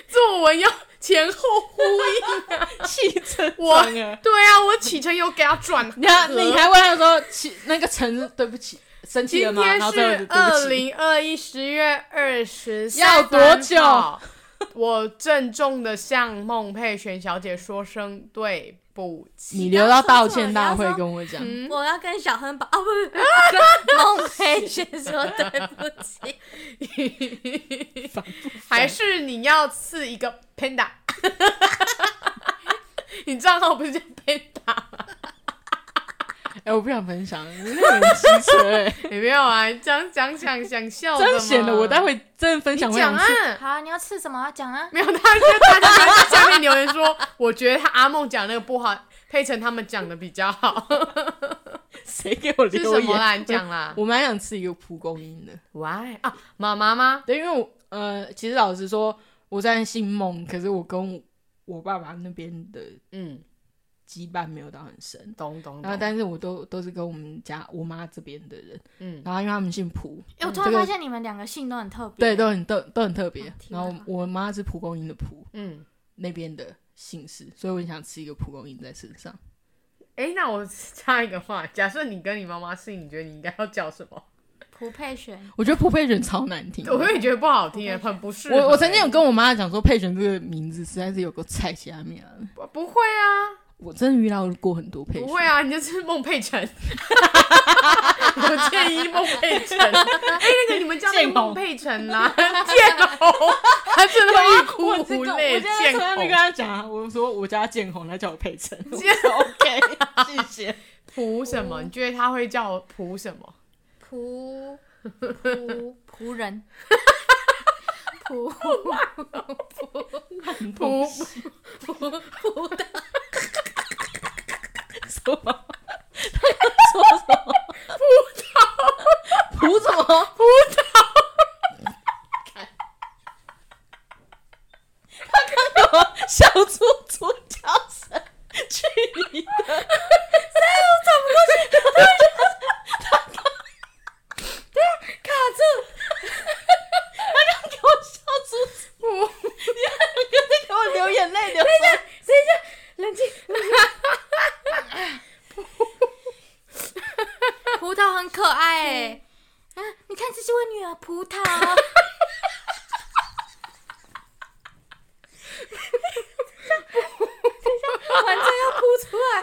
S2: 作文要前后呼应、啊。
S4: 气成
S2: 我
S4: 这样啊
S2: 对啊，我启程有给他转
S4: 你还
S2: 折
S4: 你还问他说，起那个陈，对不起，生
S2: 今
S4: 气了吗？
S2: 天
S4: 然后最后就对
S2: 是
S4: 不
S2: 二
S4: 起
S2: 零二一十月二十，
S4: 要多久？
S2: 我郑重的向孟佩璇小姐说声对不
S4: 你
S2: 起。
S4: 留到道歉大会跟我讲。
S3: 我要跟小亨宝哦，不是，跟孟佩璇说对不起。
S2: 还是你要刺一个 panda？你账号不是叫 panda？
S4: 哎、我不想分享，你那个很机车、欸，
S2: 也没有啊，讲讲想想笑的
S4: 这
S2: 嘛
S4: 样显得我待会真的分享
S2: 你
S4: 会
S2: 讲
S4: 想
S2: 啊
S4: 去。。
S3: 好啊，你要吃什么？讲啊。
S2: 没有，他就大家在下面留言说，我觉得他阿梦讲那个不好，佩晨他们讲的比较好，
S4: 谁给我
S2: 是
S4: 留
S2: 什
S4: 言？
S2: 么啦？你讲啦
S4: 我我蛮想吃一个蒲公英的，
S2: ，Why 啊？妈妈吗？
S4: 对，因为我呃，其实老实说，我虽然姓孟，可是我跟我爸爸那边的
S2: 嗯，
S4: 羁绊没有到很深。
S2: 懂懂
S4: 然后，
S2: 懂，
S4: 但是我都都是跟我们家我妈这边的人，
S2: 嗯，
S4: 然后因为他们姓蒲，
S3: 哎，我突然发现你们两个姓都很特别。
S4: 对，都很都都很特别
S3: 哦。天
S4: 然
S3: 哪
S4: 后我妈是蒲公英的蒲
S2: 嗯，
S4: 那边的姓氏，所以我很想吃一个蒲公英在身上。
S2: 哎、那我插一个话，假设你跟你妈妈姓，你觉得你应该要叫什么？
S3: 蒲佩璇，
S4: 我觉得蒲佩璇超难听的。
S2: 我会觉得不好听耶，很不适合耶。
S4: 我我曾经有跟我妈讲说，佩璇这个名字实在是有个菜下面啊。
S2: 不不会啊，
S4: 我真的遇到过很多佩
S2: 不
S4: 璇，
S2: 会啊，你就是孟佩晨。 我建议孟佩晨，哎、那个你们叫那个
S4: 建宏
S2: 孟佩晨啦、建宏，他真的
S4: 啊
S2: 会欲哭无泪。建宏
S4: 跟，他讲啊，我说我家建红，他叫我佩 璇，我
S2: 建
S4: 说 OK，谢 谢。
S2: 蒲什么？你觉得他会叫我蒲什么？
S3: 蒲蒲仆人，蒲
S2: 蒲
S3: 蒲蒲的
S4: 什么？他要说什么？葡萄，葡什么？葡萄。他刚刚有小猪猪叫声，去你的！谁我转不过去？他刚，对啊，卡住。他刚给我笑猪猪，你还跟在给我流眼泪，流一下，等一下。
S2: 冷静，
S3: 葡萄很可爱哎。啊，你看，这是我女儿 葡萄。完全要扑出来，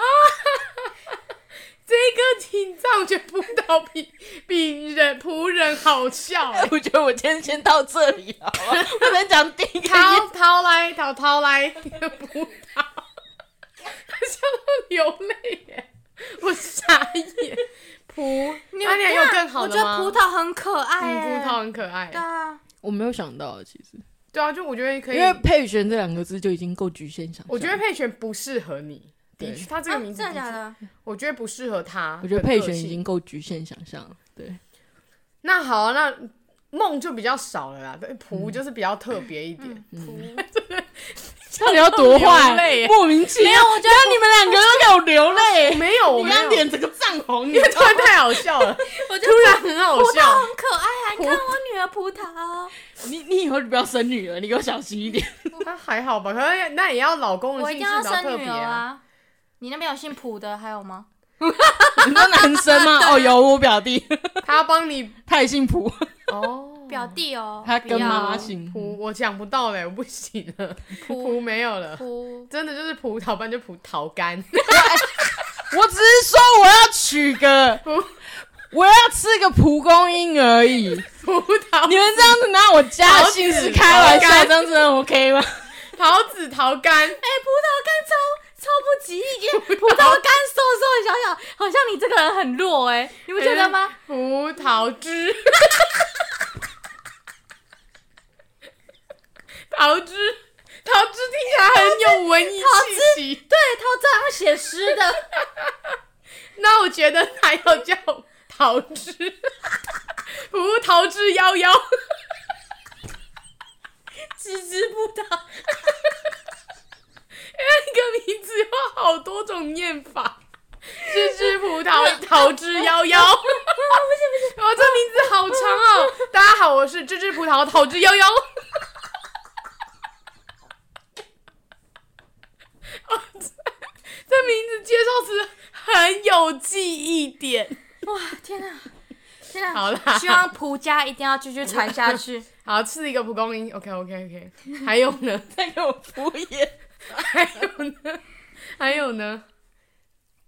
S2: 这个紧张，我觉得蒲到比比人仆人好笑。欸
S4: 我觉得我今天先到这里好了， 我能讲第一个
S2: 掏掏来，掏掏来， 你的葡萄， 他笑到流泪耶，我傻眼。葡，
S3: 你
S2: 那你还有更好
S3: 我
S2: 的
S3: 觉
S2: 吗？
S3: 得葡萄很可爱
S4: 哎
S2: 嗯，
S3: 耶，
S2: 葡萄很可爱
S3: 对。啊，
S4: 我没有想到，其实
S2: 对啊，就我觉得可以
S4: 因，为佩璇这两个字就已经够局限想象。
S2: 我觉得，佩璇不适合你，的
S4: 对
S2: 确，他这
S3: 啊
S2: 个名字
S3: 真的
S2: 的
S3: 假
S2: 确，
S3: 的？
S2: 我觉得不适合他。
S4: 我觉得佩璇已经够局限想象了。对，
S2: 那好啊，那梦就比较少了啦。对，
S4: 嗯
S2: 葡就是比较特别一点。
S3: 嗯
S4: 到底要多
S2: 流
S4: 坏
S2: 泪？
S4: 莫名其妙，我觉得你们两个都给我流
S3: 嗯
S4: 泪，
S2: 没有，我
S4: 我
S2: 没
S4: 刚
S2: 有
S4: 刚，脸整个涨红，你
S2: 因为
S4: 知
S2: 突
S4: 道吗
S2: 然太好笑了，
S3: 我觉
S2: 突
S3: 得
S2: 然很好
S3: 葡
S2: 笑
S3: 萄。很可爱啊，你看我女儿葡萄，
S4: 你你以后就不要生女儿，你给我小心 一点。
S2: 他还好吧？可是那也要老公的
S3: 我一
S2: 姓
S3: 定
S2: 氏
S3: 要
S2: 比较特
S3: 生女
S2: 别
S3: 儿
S2: 啊。
S3: 啊！你那边有姓普的还有吗？
S4: 你说男生吗？ 哦，有我表弟，
S2: 他要帮你
S4: 他也姓蒲，
S2: 哦，
S3: 表弟哦，
S4: 他跟妈妈
S3: 姓
S4: 姓蒲
S2: 葡，我想不到嘞，我不行了，葡没有了，
S3: 普，
S2: 真的就是葡萄，不然就葡萄干。
S4: 我只是说我要取个，我要吃个蒲公英而已。
S2: 葡
S4: 你
S2: 萄、
S4: 们这样子拿我家的姓氏开玩
S2: 桃
S4: 笑，
S2: 子
S4: 这样子很 OK 吗？
S2: 桃子、桃干，
S3: 哎，葡萄干超超不吉利，因 为葡萄干瘦瘦小小，好像你这个人很弱哎，你不觉得吗？
S2: 嗯葡萄汁， 桃汁，桃汁听起来很有文艺气息。
S3: 对，他这样写诗的，
S2: 那我觉得还要叫桃汁， 葡萄汁夭 夭。
S3: 只知葡 萄，
S2: 那哎个名字有好多种念法，芝芝葡 萄，桃之夭夭。不行不行，哇，哦这名字好长哦！大家好，我是芝芝葡萄，桃之夭夭。哦这这名字介绍词很有记忆点，
S3: 哇，天哪！天啊
S2: 好啦
S3: 希望蒲家一定要继续传下 去。
S2: 好，吃一个蒲公英，OK OK OK。还有呢？
S4: 在给我敷衍。
S2: 还有呢？还有呢？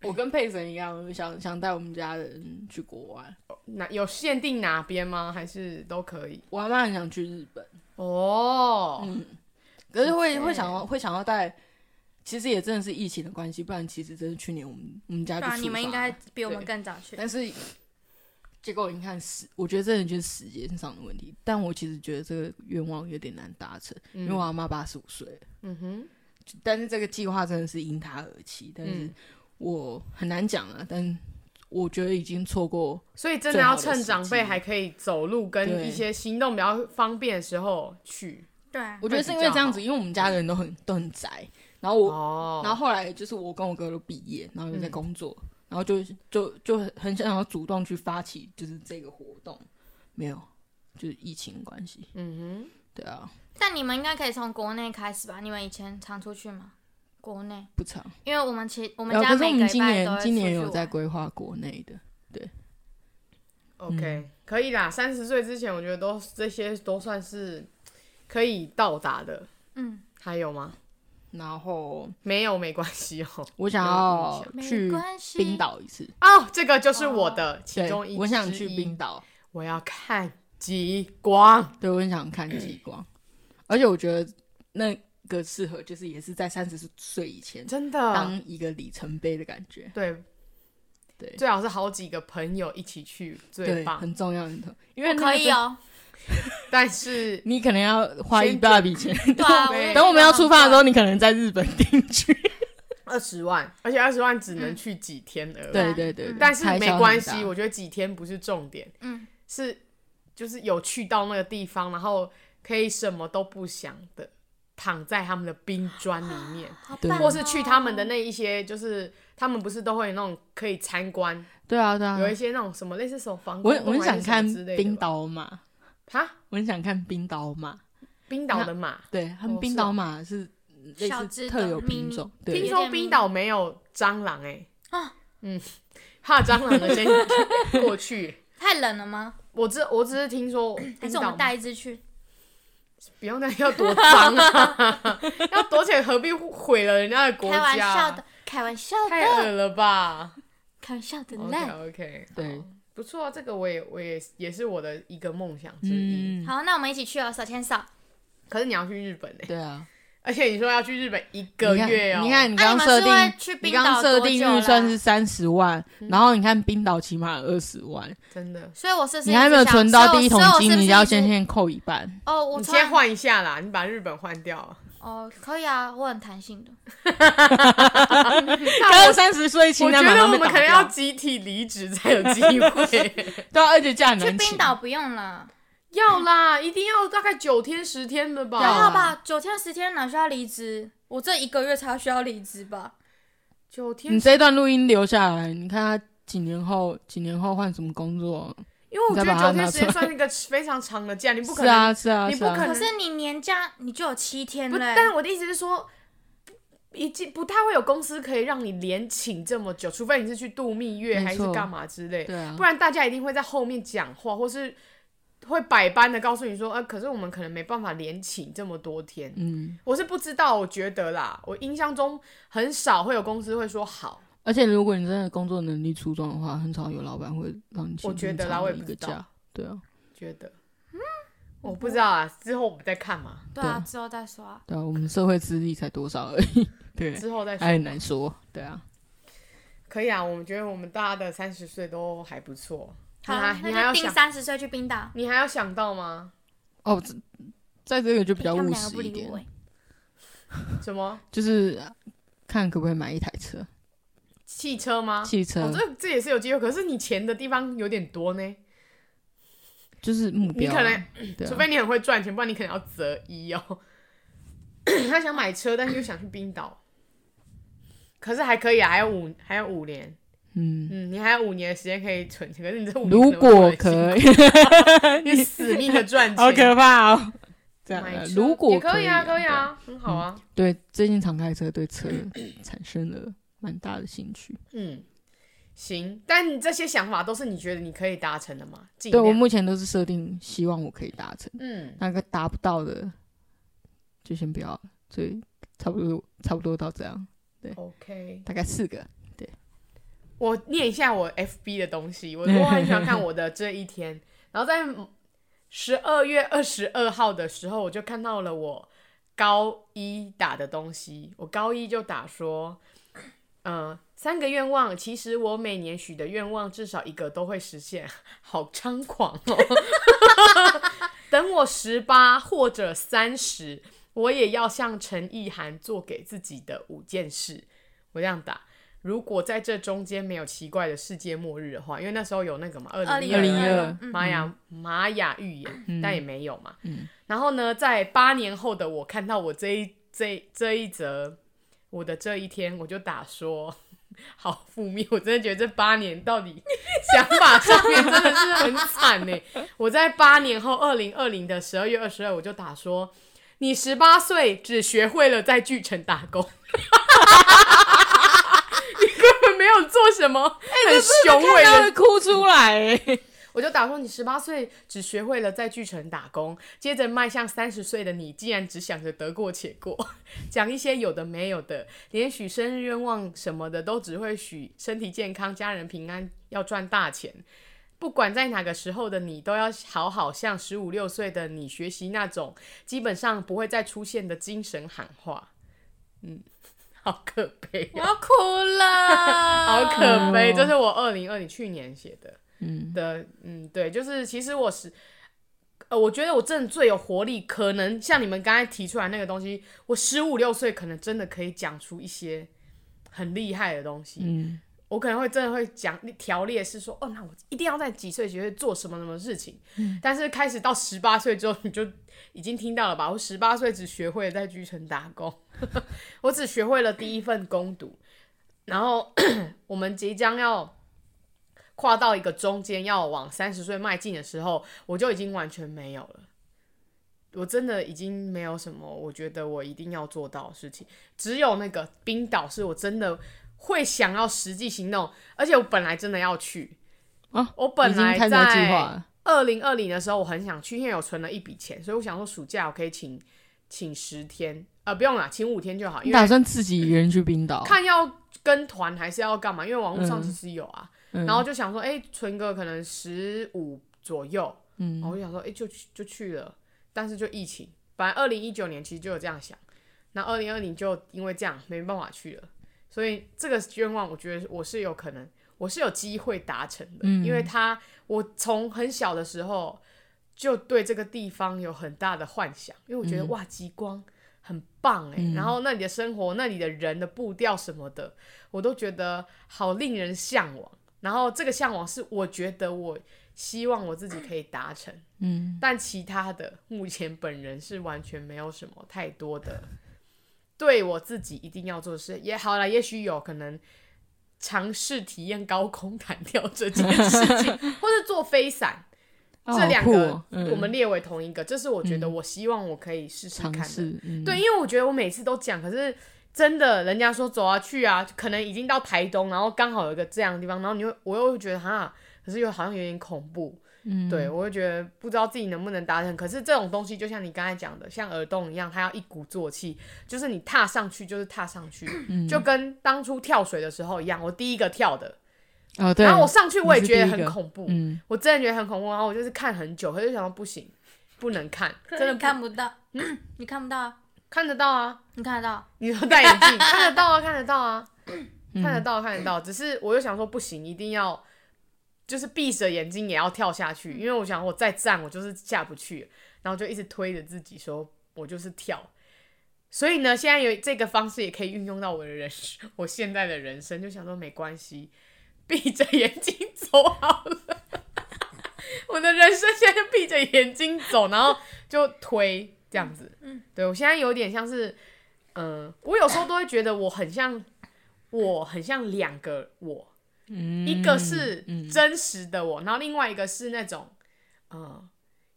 S4: 我跟佩神一样，想想带我们家人去国外。
S2: 哪有限定哪边吗？还是都可以？
S4: 我阿妈很想去日本，
S2: 哦、
S4: 可是会
S2: OK
S4: 会想要会想要带。其实也真的是疫情的关系，不然其实真是去年我们我们家
S3: 对
S4: 就
S3: 啊，
S4: 出
S3: 你们
S4: 发
S3: 应该
S4: 了，
S3: 比我们
S4: 对
S3: 更早去。
S4: 但是结果你看时，我觉得真的就是时间上的问题。但我其实觉得这个愿望有点难达成，因为我阿妈八十五岁了，
S2: 嗯哼，
S4: 但是这个计划真的是因她而起，但是
S2: 嗯
S4: 我很难讲啊。但我觉得已经错过
S2: 所以真的要
S4: 最好
S2: 趁
S4: 的时
S2: 长辈
S4: 机
S2: 还可以走路跟
S4: 对
S2: 一些行动比较方便的时候去。
S3: 对啊，
S4: 我觉得是因为这样子，因为我们家人都很都很宅，然后我，
S2: 哦，嗯
S4: 然后后来就是我跟我哥都毕业，然后又在工作，然后就就就很想要主动去发起就是这个活动，没有，就是疫情关系，
S2: 嗯
S4: 对啊，
S3: 但你们应该可以从国内开始吧？你们以前常出去吗？国内，
S4: 不长。
S3: 因为我们其我们
S4: 然
S3: 家
S4: 呃后可
S3: 每
S4: 是我
S3: 个
S4: 们
S3: 礼
S4: 今
S3: 拜都会
S4: 年
S3: 出去
S4: 今年有
S3: 玩
S4: 在规划国内的，
S2: 哼，OK，、可
S4: 嗯
S2: 以啦。三十岁之前，我觉得都这些都算是可以到达的。
S3: 嗯，
S2: 还有吗？
S4: 然后
S2: 没有没关系哦。
S4: 我想要
S3: 没
S4: 去
S3: 关系
S4: 冰岛一次，
S2: 哦，这个就是我的其
S4: 对
S2: 中一，
S4: 我想
S2: 之
S4: 去
S2: 一
S4: 冰，岛，
S2: 我要看极光。
S4: 对，我很想看极光， 而且我觉得那个适合就是也是在三十岁以前。
S2: 真的，
S4: 当一个里程碑的感觉，
S2: 对
S4: 对
S2: 最好是好几个朋友一起去最
S4: 对，
S2: 棒。
S4: 很重要，很重要，因为那个
S3: 可以
S2: 啊
S4: 真，
S3: 哦。
S2: 但是
S4: 你可能要花一大笔钱。
S3: 对 啊，
S2: 对
S3: 也
S4: 等我们要出发的时
S3: 觉
S4: 候，你可能在日本定居。
S2: 二十万，而且二十万只能去几天而已。
S4: 嗯对对对，
S2: 啊但是
S4: 开销
S2: 没
S4: 很
S2: 关
S4: 大
S2: 系，我觉得几天不是重点，
S3: 得很棒，嗯，
S2: 是就是有去到那个地方，然后可以什么都不想的躺在他们的冰砖里面，
S3: 好
S4: 对
S3: 棒
S2: 或是去他们的
S3: 哦
S2: 那一些，就是他们不是都会有那种可以参观，
S4: 对啊对啊。
S2: 有一些那种什么类似什么房
S4: 我
S2: 宫
S4: 我很
S2: 洞还
S4: 想
S2: 是什
S4: 看
S2: 么之类的吧
S4: 冰岛马，
S2: 哈，
S4: 我很想看冰岛马。
S2: 冰岛的马。
S4: 对他们
S2: 哦
S4: 冰
S2: 是
S4: 岛
S2: 哦
S4: 马是类
S3: 小
S4: 似
S3: 只
S4: 特
S3: 的嗯
S4: 有品
S3: mini
S4: 种，
S2: 听
S4: 对
S2: 说冰岛没有蟑螂哎、啊，嗯，怕蟑螂的先过去。
S3: 太冷了吗？
S2: 我只我只是听说
S3: 还
S2: 冰
S3: 是我
S2: 岛
S3: 们带一只去？
S2: 不用那要多脏啊， 要躲起来何必毁了人家的国
S3: 开玩
S2: 家啊？
S3: 笑的，开玩笑
S2: 太
S3: 的，
S2: 恶了吧
S3: 开玩笑的嘞。
S2: ？OK OK，
S4: 对，
S2: 不错啊，这个我也我也也是我的一个梦想之一。
S4: 嗯，
S3: 好，那我们一起去哦，手牵手。
S2: 可是你要去日本呢、
S4: 对啊。
S2: 而且你说要去日本一个月哦、
S4: 你看你
S3: 啊你
S4: 看，你刚
S3: 们
S4: 设
S3: 是会
S4: 定
S3: 去
S4: 你
S3: 冰
S4: 刚
S3: 岛
S4: 设
S3: 多
S4: 定
S3: 久
S4: 预算
S3: 啦嗯
S4: 是三十万，然后你看冰岛起码有二十万，
S2: 真的，
S3: 所以我是不是
S4: 你还
S3: 一直
S4: 没有
S3: 想
S4: 存
S3: 所
S4: 到
S3: 以我
S4: 第一桶
S3: 所以我是
S4: 金，
S3: 不
S4: 你
S3: 是
S4: 就要
S3: 一直
S4: 先先扣一半。
S3: 哦，我
S2: 你
S3: 从来
S2: 先换一下啦，你把日本换掉 啊。
S3: 哦，可以啊，我很弹性的。
S4: 刚刚三十岁
S2: 我
S4: 清
S2: 觉
S4: 单马
S2: 得
S4: 上
S2: 我
S4: 被
S2: 们
S4: 打
S2: 可能要
S4: 掉，
S2: 集体离职才有机会。
S4: 对啊，而且价很
S3: 去
S4: 难
S3: 冰
S4: 请。
S3: 岛不用了，
S2: 要啦，一定要大概九天十天的吧？
S4: 要
S3: 还好
S4: 啊
S3: 吧？九天十天哪需要离职？我这一个月才需要离职吧？
S2: 九天
S4: 你，这段录音留下来，你看他几年后，几年后换什么工作？
S2: 因为我觉
S4: 你再
S2: 得
S4: 把它
S2: 九天
S4: 拿
S2: 时
S4: 出
S2: 间
S4: 来
S2: 算是一个非常长的假，你不可
S4: 是
S2: 能
S4: 啊，是啊，
S2: 你
S4: 是
S2: 不
S4: 啊
S2: 可
S3: 可
S2: 能
S3: 是你年假你就有七天
S2: 不，
S3: 嘞，
S2: 但是啊我的意思是说，已经不太会有公司可以让你连请这么久，除非你是去度蜜月
S4: 没
S2: 还是
S4: 错
S2: 干嘛之类，
S4: 对啊
S2: 不，然大家一定会在后面讲话，或是会百般的告诉你说，呃，可是我们可能没办法连请这么多天。
S4: 嗯，
S2: 我是不知道，我觉得啦，我印象中很少会有公司会说好，
S4: 而且如果你真的工作能力出众的话，很少有老板会让你请
S2: 我觉得
S4: 这么
S2: 啦
S4: 长
S2: 我也
S4: 的一
S2: 不
S4: 个
S2: 知道
S4: 假，对啊，
S2: 觉得，我不知道啊，之后我们再看嘛，
S3: 对啊，
S4: 对
S3: 之后再说啊。
S4: 对啊，我们社会资历才多少而已， 对，
S2: 之后再说
S4: 还。很难说，对啊，
S2: 可以啊，我们觉得我们大家的三十岁都还不错。
S3: 好
S2: 你还，啊你还
S3: 那
S2: 要
S3: 就定
S2: 想，
S3: 三十岁去冰岛。
S2: 你还要想到吗？
S4: 哦，这在这个就比较
S3: 哎他们
S4: 务
S3: 两个
S4: 实
S3: 不
S4: 一
S3: 理
S4: 点
S3: 我，欸，
S2: 什么
S4: 就是看可不可以买一台车，
S2: 汽车吗？
S4: 汽车
S2: 哦，这这也是有机会，可是你钱的地方有点多呢，
S4: 就是目
S2: 你
S4: 标啊，
S2: 可能
S4: 对
S2: 除
S4: 啊，
S2: 非你很会赚钱，不然你可能要择一哦。 他想买车，但是又想去冰岛，可是还可以啊，还有五还有五年，
S4: 嗯，
S2: 嗯，你还有五年的时间可以存钱，可是你这五年
S4: 如果
S2: 能
S4: 可以，
S2: 不能 你死命的赚钱，
S4: 好可 怕哦。这样
S2: 买
S4: 啊，
S2: 车
S4: 如果
S2: 也可以啊，可以
S4: 对
S2: 啊，很好啊，
S4: 对，最近常开车对车产生了蛮大的兴趣。
S2: 嗯，行，但你这些想法都是你觉得你可以达成的吗？尽
S4: 对我
S2: 量
S4: 目前都是设定，希望我可以达成。
S2: 嗯，
S4: 那个达不到的，就先不要了。所以差不多，差不多到这样，
S2: OK，
S4: 大概四个。
S2: 我念一下我 FB 的东西， 我我很喜欢看我的这一天。然后在十二月二十二号的时候，我就看到了我高一打的东西。我高一就打说，嗯、三个愿望，其实我每年许的愿望至少一个都会实现， 好猖狂哦！ 等我十八或者三十，我也要像陈意涵做给自己的五件事。我这样打。如果在这中间没有奇怪的世界末日的话，因为那时候有那个嘛，二零
S4: 2022
S3: 嗯
S2: 玛雅玛雅预言，但也没有嘛。然后呢，在八年后的我看到我这一这一这一则我的这一天，我就打说。 好负面，我真的觉得这八年到底想法上面真的是很惨呢。我在八年后，二零二零的十二月二十二，我就打说，你十八岁只学会了在巨城打工， 你根本没有做什么
S3: 哎
S2: 很雄伟的
S4: 会哭出来、欸，
S2: 我就打说你十八岁只学会了在巨城打工，接着迈向三十岁的你，竟然只想着得过且过， 讲一些有的没有的，连许生日愿望什么的都只会许身体健康、家人平安、要赚大钱。不管在哪个时候的你，都要好好向十五六岁的你学习那种基本上不会再出现的精神喊话。嗯， 好可悲
S3: 我
S2: 哦、
S3: 要哭 了，
S2: 好可悲，这是我二零二零去年写的。
S4: 嗯，
S2: 的，嗯，对，就是其实我是，呃，我觉得我真的最有活力，可能像你们刚才提出来那个东西，我十五六岁可能真的可以讲出一些很厉害的东西，
S4: 嗯，
S2: 我可能会真的会讲条列式说，哦，那我一定要在几岁几岁做什么什么事情，
S4: 嗯
S2: 但是开始到十八岁之后，你就已经听到了吧？我十八岁只学会了在居城打工， 我只学会了第一份攻读，然后 我们即将要跨到一个中间要往三十岁迈进的时候，我就已经完全没有了。我真的已经没有什么，我觉得我一定要做到的事情，只有那个冰岛是我真的会想要实际行动，而且我本来真的要去，
S4: 啊，
S2: 我本
S4: 已经
S2: 来
S4: 开始有计
S2: 在
S4: 划了，
S2: 二零二零的时候，我很想去，因为我存了一笔钱，所以我想说暑假我可以请请十天，呃，不用啦，请五天就好，
S4: 你
S2: 因
S4: 打
S2: 为
S4: 算自己一个人去冰岛？
S2: 看要跟团还是要干嘛，因为网络上
S4: 嗯
S2: 其实有啊，
S4: 嗯
S2: 然后就想说，哎、存个可能十五左右，
S4: 嗯
S2: 然后我就想说，哎、就去就去了，但是就疫情，本来二零一九年其实就有这样想，那二零二零就因为这样没办法去了，所以这个愿望我觉得我是有可能，我是有机会达成的，
S4: 嗯
S2: 因为他我从很小的时候就对这个地方有很大的幻想，因为我觉
S4: 嗯
S2: 得、哇极光。很棒哎、然后那里的生活、那里的人的步调什么的，我都觉得好令人向往。然后这个向往是我觉得我希望我自己可以达成，
S4: 嗯，
S2: 但其他的目前本人是完全没有什么太多的对我自己一定要做的事。也好了，也许有可能尝试体验高空弹跳这件事 情，或是做飞伞。
S4: 啊
S2: 这两
S4: 好酷
S2: 个
S4: 哦嗯
S2: 我们列为同一个，这是我觉得我希望我可以试试看
S4: 尝
S2: 的。
S4: 试，嗯，
S2: 对，因为我觉得我每次都讲，可是真的，人家说走啊去啊，可能已经到台东，然后刚好有一个这样的地方，然后你会，我又会觉得哈，可是又好像有点恐怖，
S4: 嗯，
S2: 对我会觉得不知道自己能不能达成。可是这种东西就像你刚才讲的，像耳洞一样，它要一鼓作气，就是你踏上去就是踏上去，
S4: 嗯
S2: 就跟当初跳水的时候一样，我第一个跳的，
S4: 哦对，
S2: 然后我上去我也
S4: 你是
S2: 觉得
S4: 第一
S2: 很
S4: 个
S2: 恐怖，
S4: 嗯，
S2: 我真的觉得很恐怖，然后我就是看很久，可是想到不行，不能看，真
S3: 真
S2: 的
S3: 的
S2: 不
S3: 看 不到，你看不到啊，
S2: 看得到啊。
S3: 你看得到，
S2: 你说戴眼镜看得到啊，看得到啊，看得到，看得到。只是我又想说，不行，一定要就是闭着眼睛也要跳下去，因为我想我再站我就是下不去，然后就一直推着自己说，我就是跳。所以呢，现在有这个方式也可以运用到我的人 生，我现在的人生就想说没关系，闭着眼睛走好了。我的人生现在就闭着眼睛走，然后就推这样子。嗯，对我现在有点像是，嗯、我有时候都会觉得我很像，我很像两个我，
S4: 嗯
S2: 一个是真实的我，然后另外一个是那种，嗯，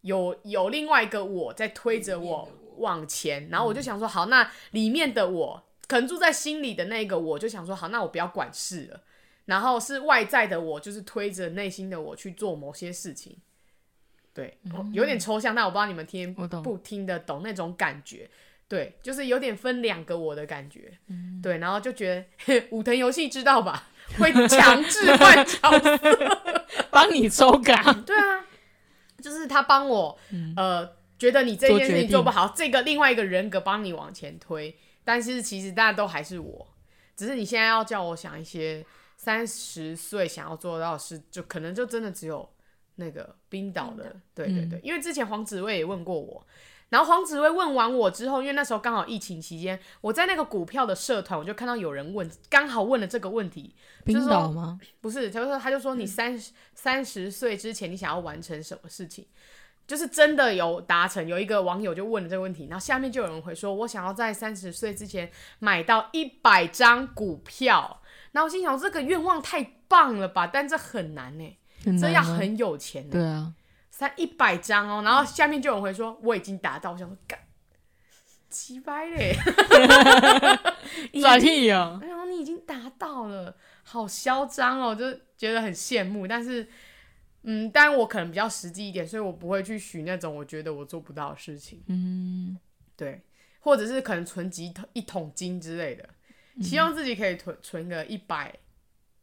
S2: 有有另外一个我在推着我嗯往前，然后我就想说，好，那里面的我可能住在心里的那个我就想说，好，那我不要管事了。然后是外在的我，就是推着内心的我去做某些事情。对，哦有点抽象，但我不知道你们听
S4: 嗯我懂
S2: 不听得懂那种感觉。对，就是有点分两个我的感觉。
S4: 嗯
S2: 对，然后就觉得 嘿武藤游戏知道吧，会强制 换角色
S4: 帮你抽卡，
S2: 对啊，就是他帮我，
S4: 嗯
S2: 呃，觉得你这件事情做不好，这个另外一个人格帮你往前推，但是其实大家都还是我，只是你现在要叫我想一些三十岁想要做到的事，就可能就真的只有那个冰岛的，对
S4: 嗯
S2: 对对，因为之前黄子薇也问过我。然后黄子薇问完我之后，因为那时候刚好疫情期间，我在那个股票的社团，我就看到有人问，刚好问了这个问题，就是
S4: 冰
S2: 说
S4: 岛吗？
S2: 不是，他就说他就说你
S4: 嗯
S2: 三十三十岁之前你想要完成什么事情，就是真的有达成。有一个网友就问了这个问题，然后下面就有人回说，我想要在三十岁之前买到一百张股票。然后我心想，这个愿望太棒了吧，但这很难呢、欸
S4: 很
S2: 这
S4: 难
S2: 要
S4: 吗
S2: 很有钱呢、
S4: 对啊，
S2: 三一百张哦。然后下面就有人回说，我已经达到。我想说，干，奇掰嘞！
S4: 拽屁呀！
S2: 然后你已经达到了，好嚣张哦，就觉得很羡慕。但是，嗯，但我可能比较实际一点，所以我不会去许那种我觉得我做不到的事情。
S4: 嗯，
S2: 对，或者是可能存几桶一桶金之类的，
S4: 嗯
S2: 希望自己可以存存个一百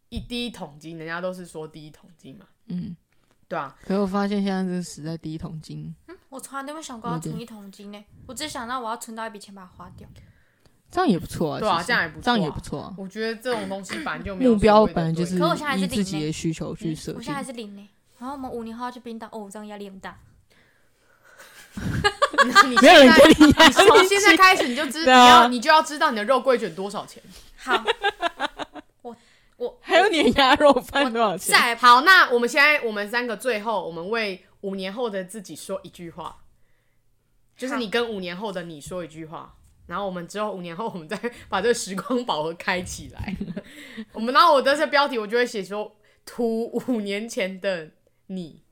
S2: 一第一桶金，人家都是说第一桶金嘛，
S4: 嗯，
S2: 对啊，
S4: 可是我发现现在这个时代第一桶金，
S3: 我从来都没有想过要存一桶金呢，我只想到我要存到一笔钱把它花掉。
S4: 这样也不错啊，
S2: 对啊
S4: 其实
S2: 这样也不错啊
S4: 这样也不错啊。
S2: 我觉得这种东西本来 就没有
S4: 目标
S2: 所谓的
S4: 本来就
S2: 对
S4: 是
S3: 可我现在还是
S4: 依
S3: 零
S4: 自己
S3: 呢
S4: 的需求去设
S2: 嗯
S3: 我
S4: 定
S3: 现在，还是零呢。然后我们五年后要去冰岛，哦，这样压力很大。
S2: 你
S4: 没有人跟你压
S2: 你从
S4: 力
S2: 现在开始你就知你
S4: 对啊
S2: 要你就要知道你的肉桂卷多少钱。
S3: 好，我我
S4: 还有你的鸭肉饭多少钱？
S3: 再
S2: 好，那我们现在我们三个最后，我们为五年后的自己说一句话，就是你跟五年后的你说一句话，然后我们之后五年后我们再把这个时光宝盒开起来。我们然后我的这标题我就会写说“图五年前的你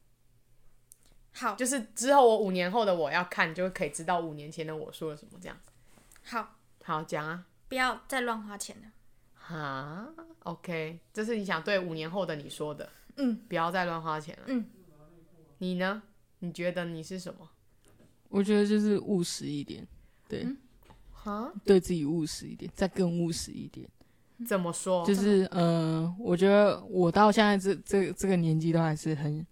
S3: 好”，
S2: 就是之后我五年后的我要看，就可以知道五年前的我说了什么。这样
S3: 好，
S2: 好讲啊，
S3: 不要再乱花钱了。
S2: 哈，OK，这是你想对五年后的你说的，
S3: 嗯，
S2: 不要再乱花钱了。
S3: 嗯，
S2: 你呢？你觉得你是什么？
S4: 我觉得就是务实一点，对，
S2: 嗯哈？
S4: 对自己务实一点，再更务实一点。
S2: 怎么说？
S4: 就是呃，我觉得我到现在这这这个年纪都还是很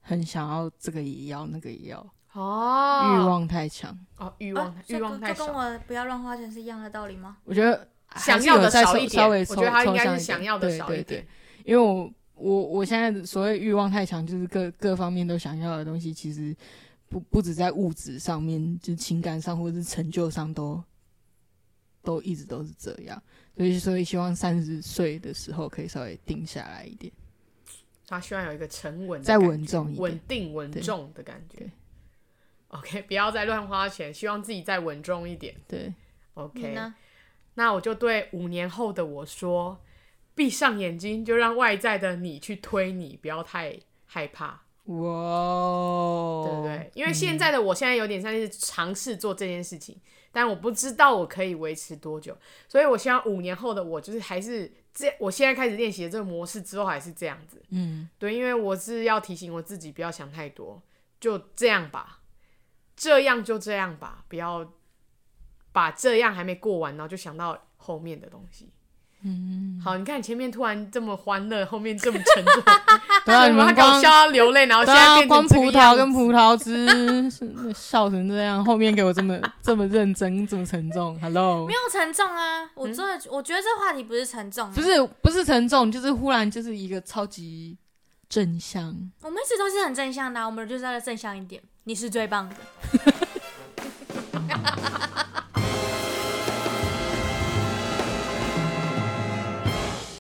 S4: 很想要这个也要那个也要，
S2: 哦，
S4: 欲望太强。
S2: 哦，欲
S3: 欲
S2: 望
S3: 就
S2: 欲望
S3: 啊跟
S2: 太
S3: 就跟
S2: 少，
S3: 我不要乱花钱是一样的道理吗？
S4: 我觉得还
S2: 想
S4: 是
S2: 要
S4: 有
S2: 的
S4: 再
S2: 少
S4: 抽
S2: 一
S4: 稍
S2: 点
S4: 微
S2: 我
S4: 抽
S2: 觉得他应
S4: 抽
S2: 该
S4: 象
S2: 是
S4: 一
S2: 想
S4: 点
S2: 要的
S4: 对
S2: 少
S4: 对
S2: 一
S4: 对
S2: 点
S4: 因为我我我现在所谓欲望太强，就是各各方面都想要的东西，其实不不止在物质上面，就是情感上或者是成就上都都一直都是这样，所以所以希望三十岁的时候可以稍微定下来一点，
S2: 他希望有一个沉稳的
S4: 再
S2: 感觉、
S4: 稳重一点
S2: 稳定、稳
S4: 对
S2: 重的感觉
S4: 对。
S2: OK，不要再乱花钱，希望自己再稳重一点。
S4: 对，
S3: 你
S2: OK，
S3: 呢？
S2: 那我就对五年后的我说：闭上眼睛，就让外在的你去推你，不要太害怕，
S4: 哇哦，
S2: 对不对？因为现在的我现在有点像是尝试做这件事情，但我不知道我可以维持多久，所以我希望五年后的我就是还是这，我现在开始练习的这个模式之后还是这样子，
S4: 嗯，
S2: 对，因为我是要提醒我自己不要想太多，就这样吧，这样就这样吧，不要把这样还没过完，然后就想到后面的东西。嗯，好，你看前面突然这么欢乐，后面这么沉重，
S4: 对 啊，
S2: 你
S4: 你
S2: 们
S4: 们
S2: 搞
S4: 光
S2: 笑到流泪，然后
S4: 对
S2: 现在
S4: 啊，
S2: 变
S4: 光
S2: 成这个
S4: 葡萄
S2: 样
S4: 跟
S2: 子
S4: 葡萄汁 是笑成这样，后面给我这么这么认真，这么沉重。Hello，
S3: 没有沉重啊，
S2: 嗯
S3: 我真的、我觉得这话题不是沉重、啊，
S4: 不，是不是沉重，就是忽然就是一个超级正向。
S3: 我们一直都是很正向的啊、我们就是要再正向一点。你是最棒的，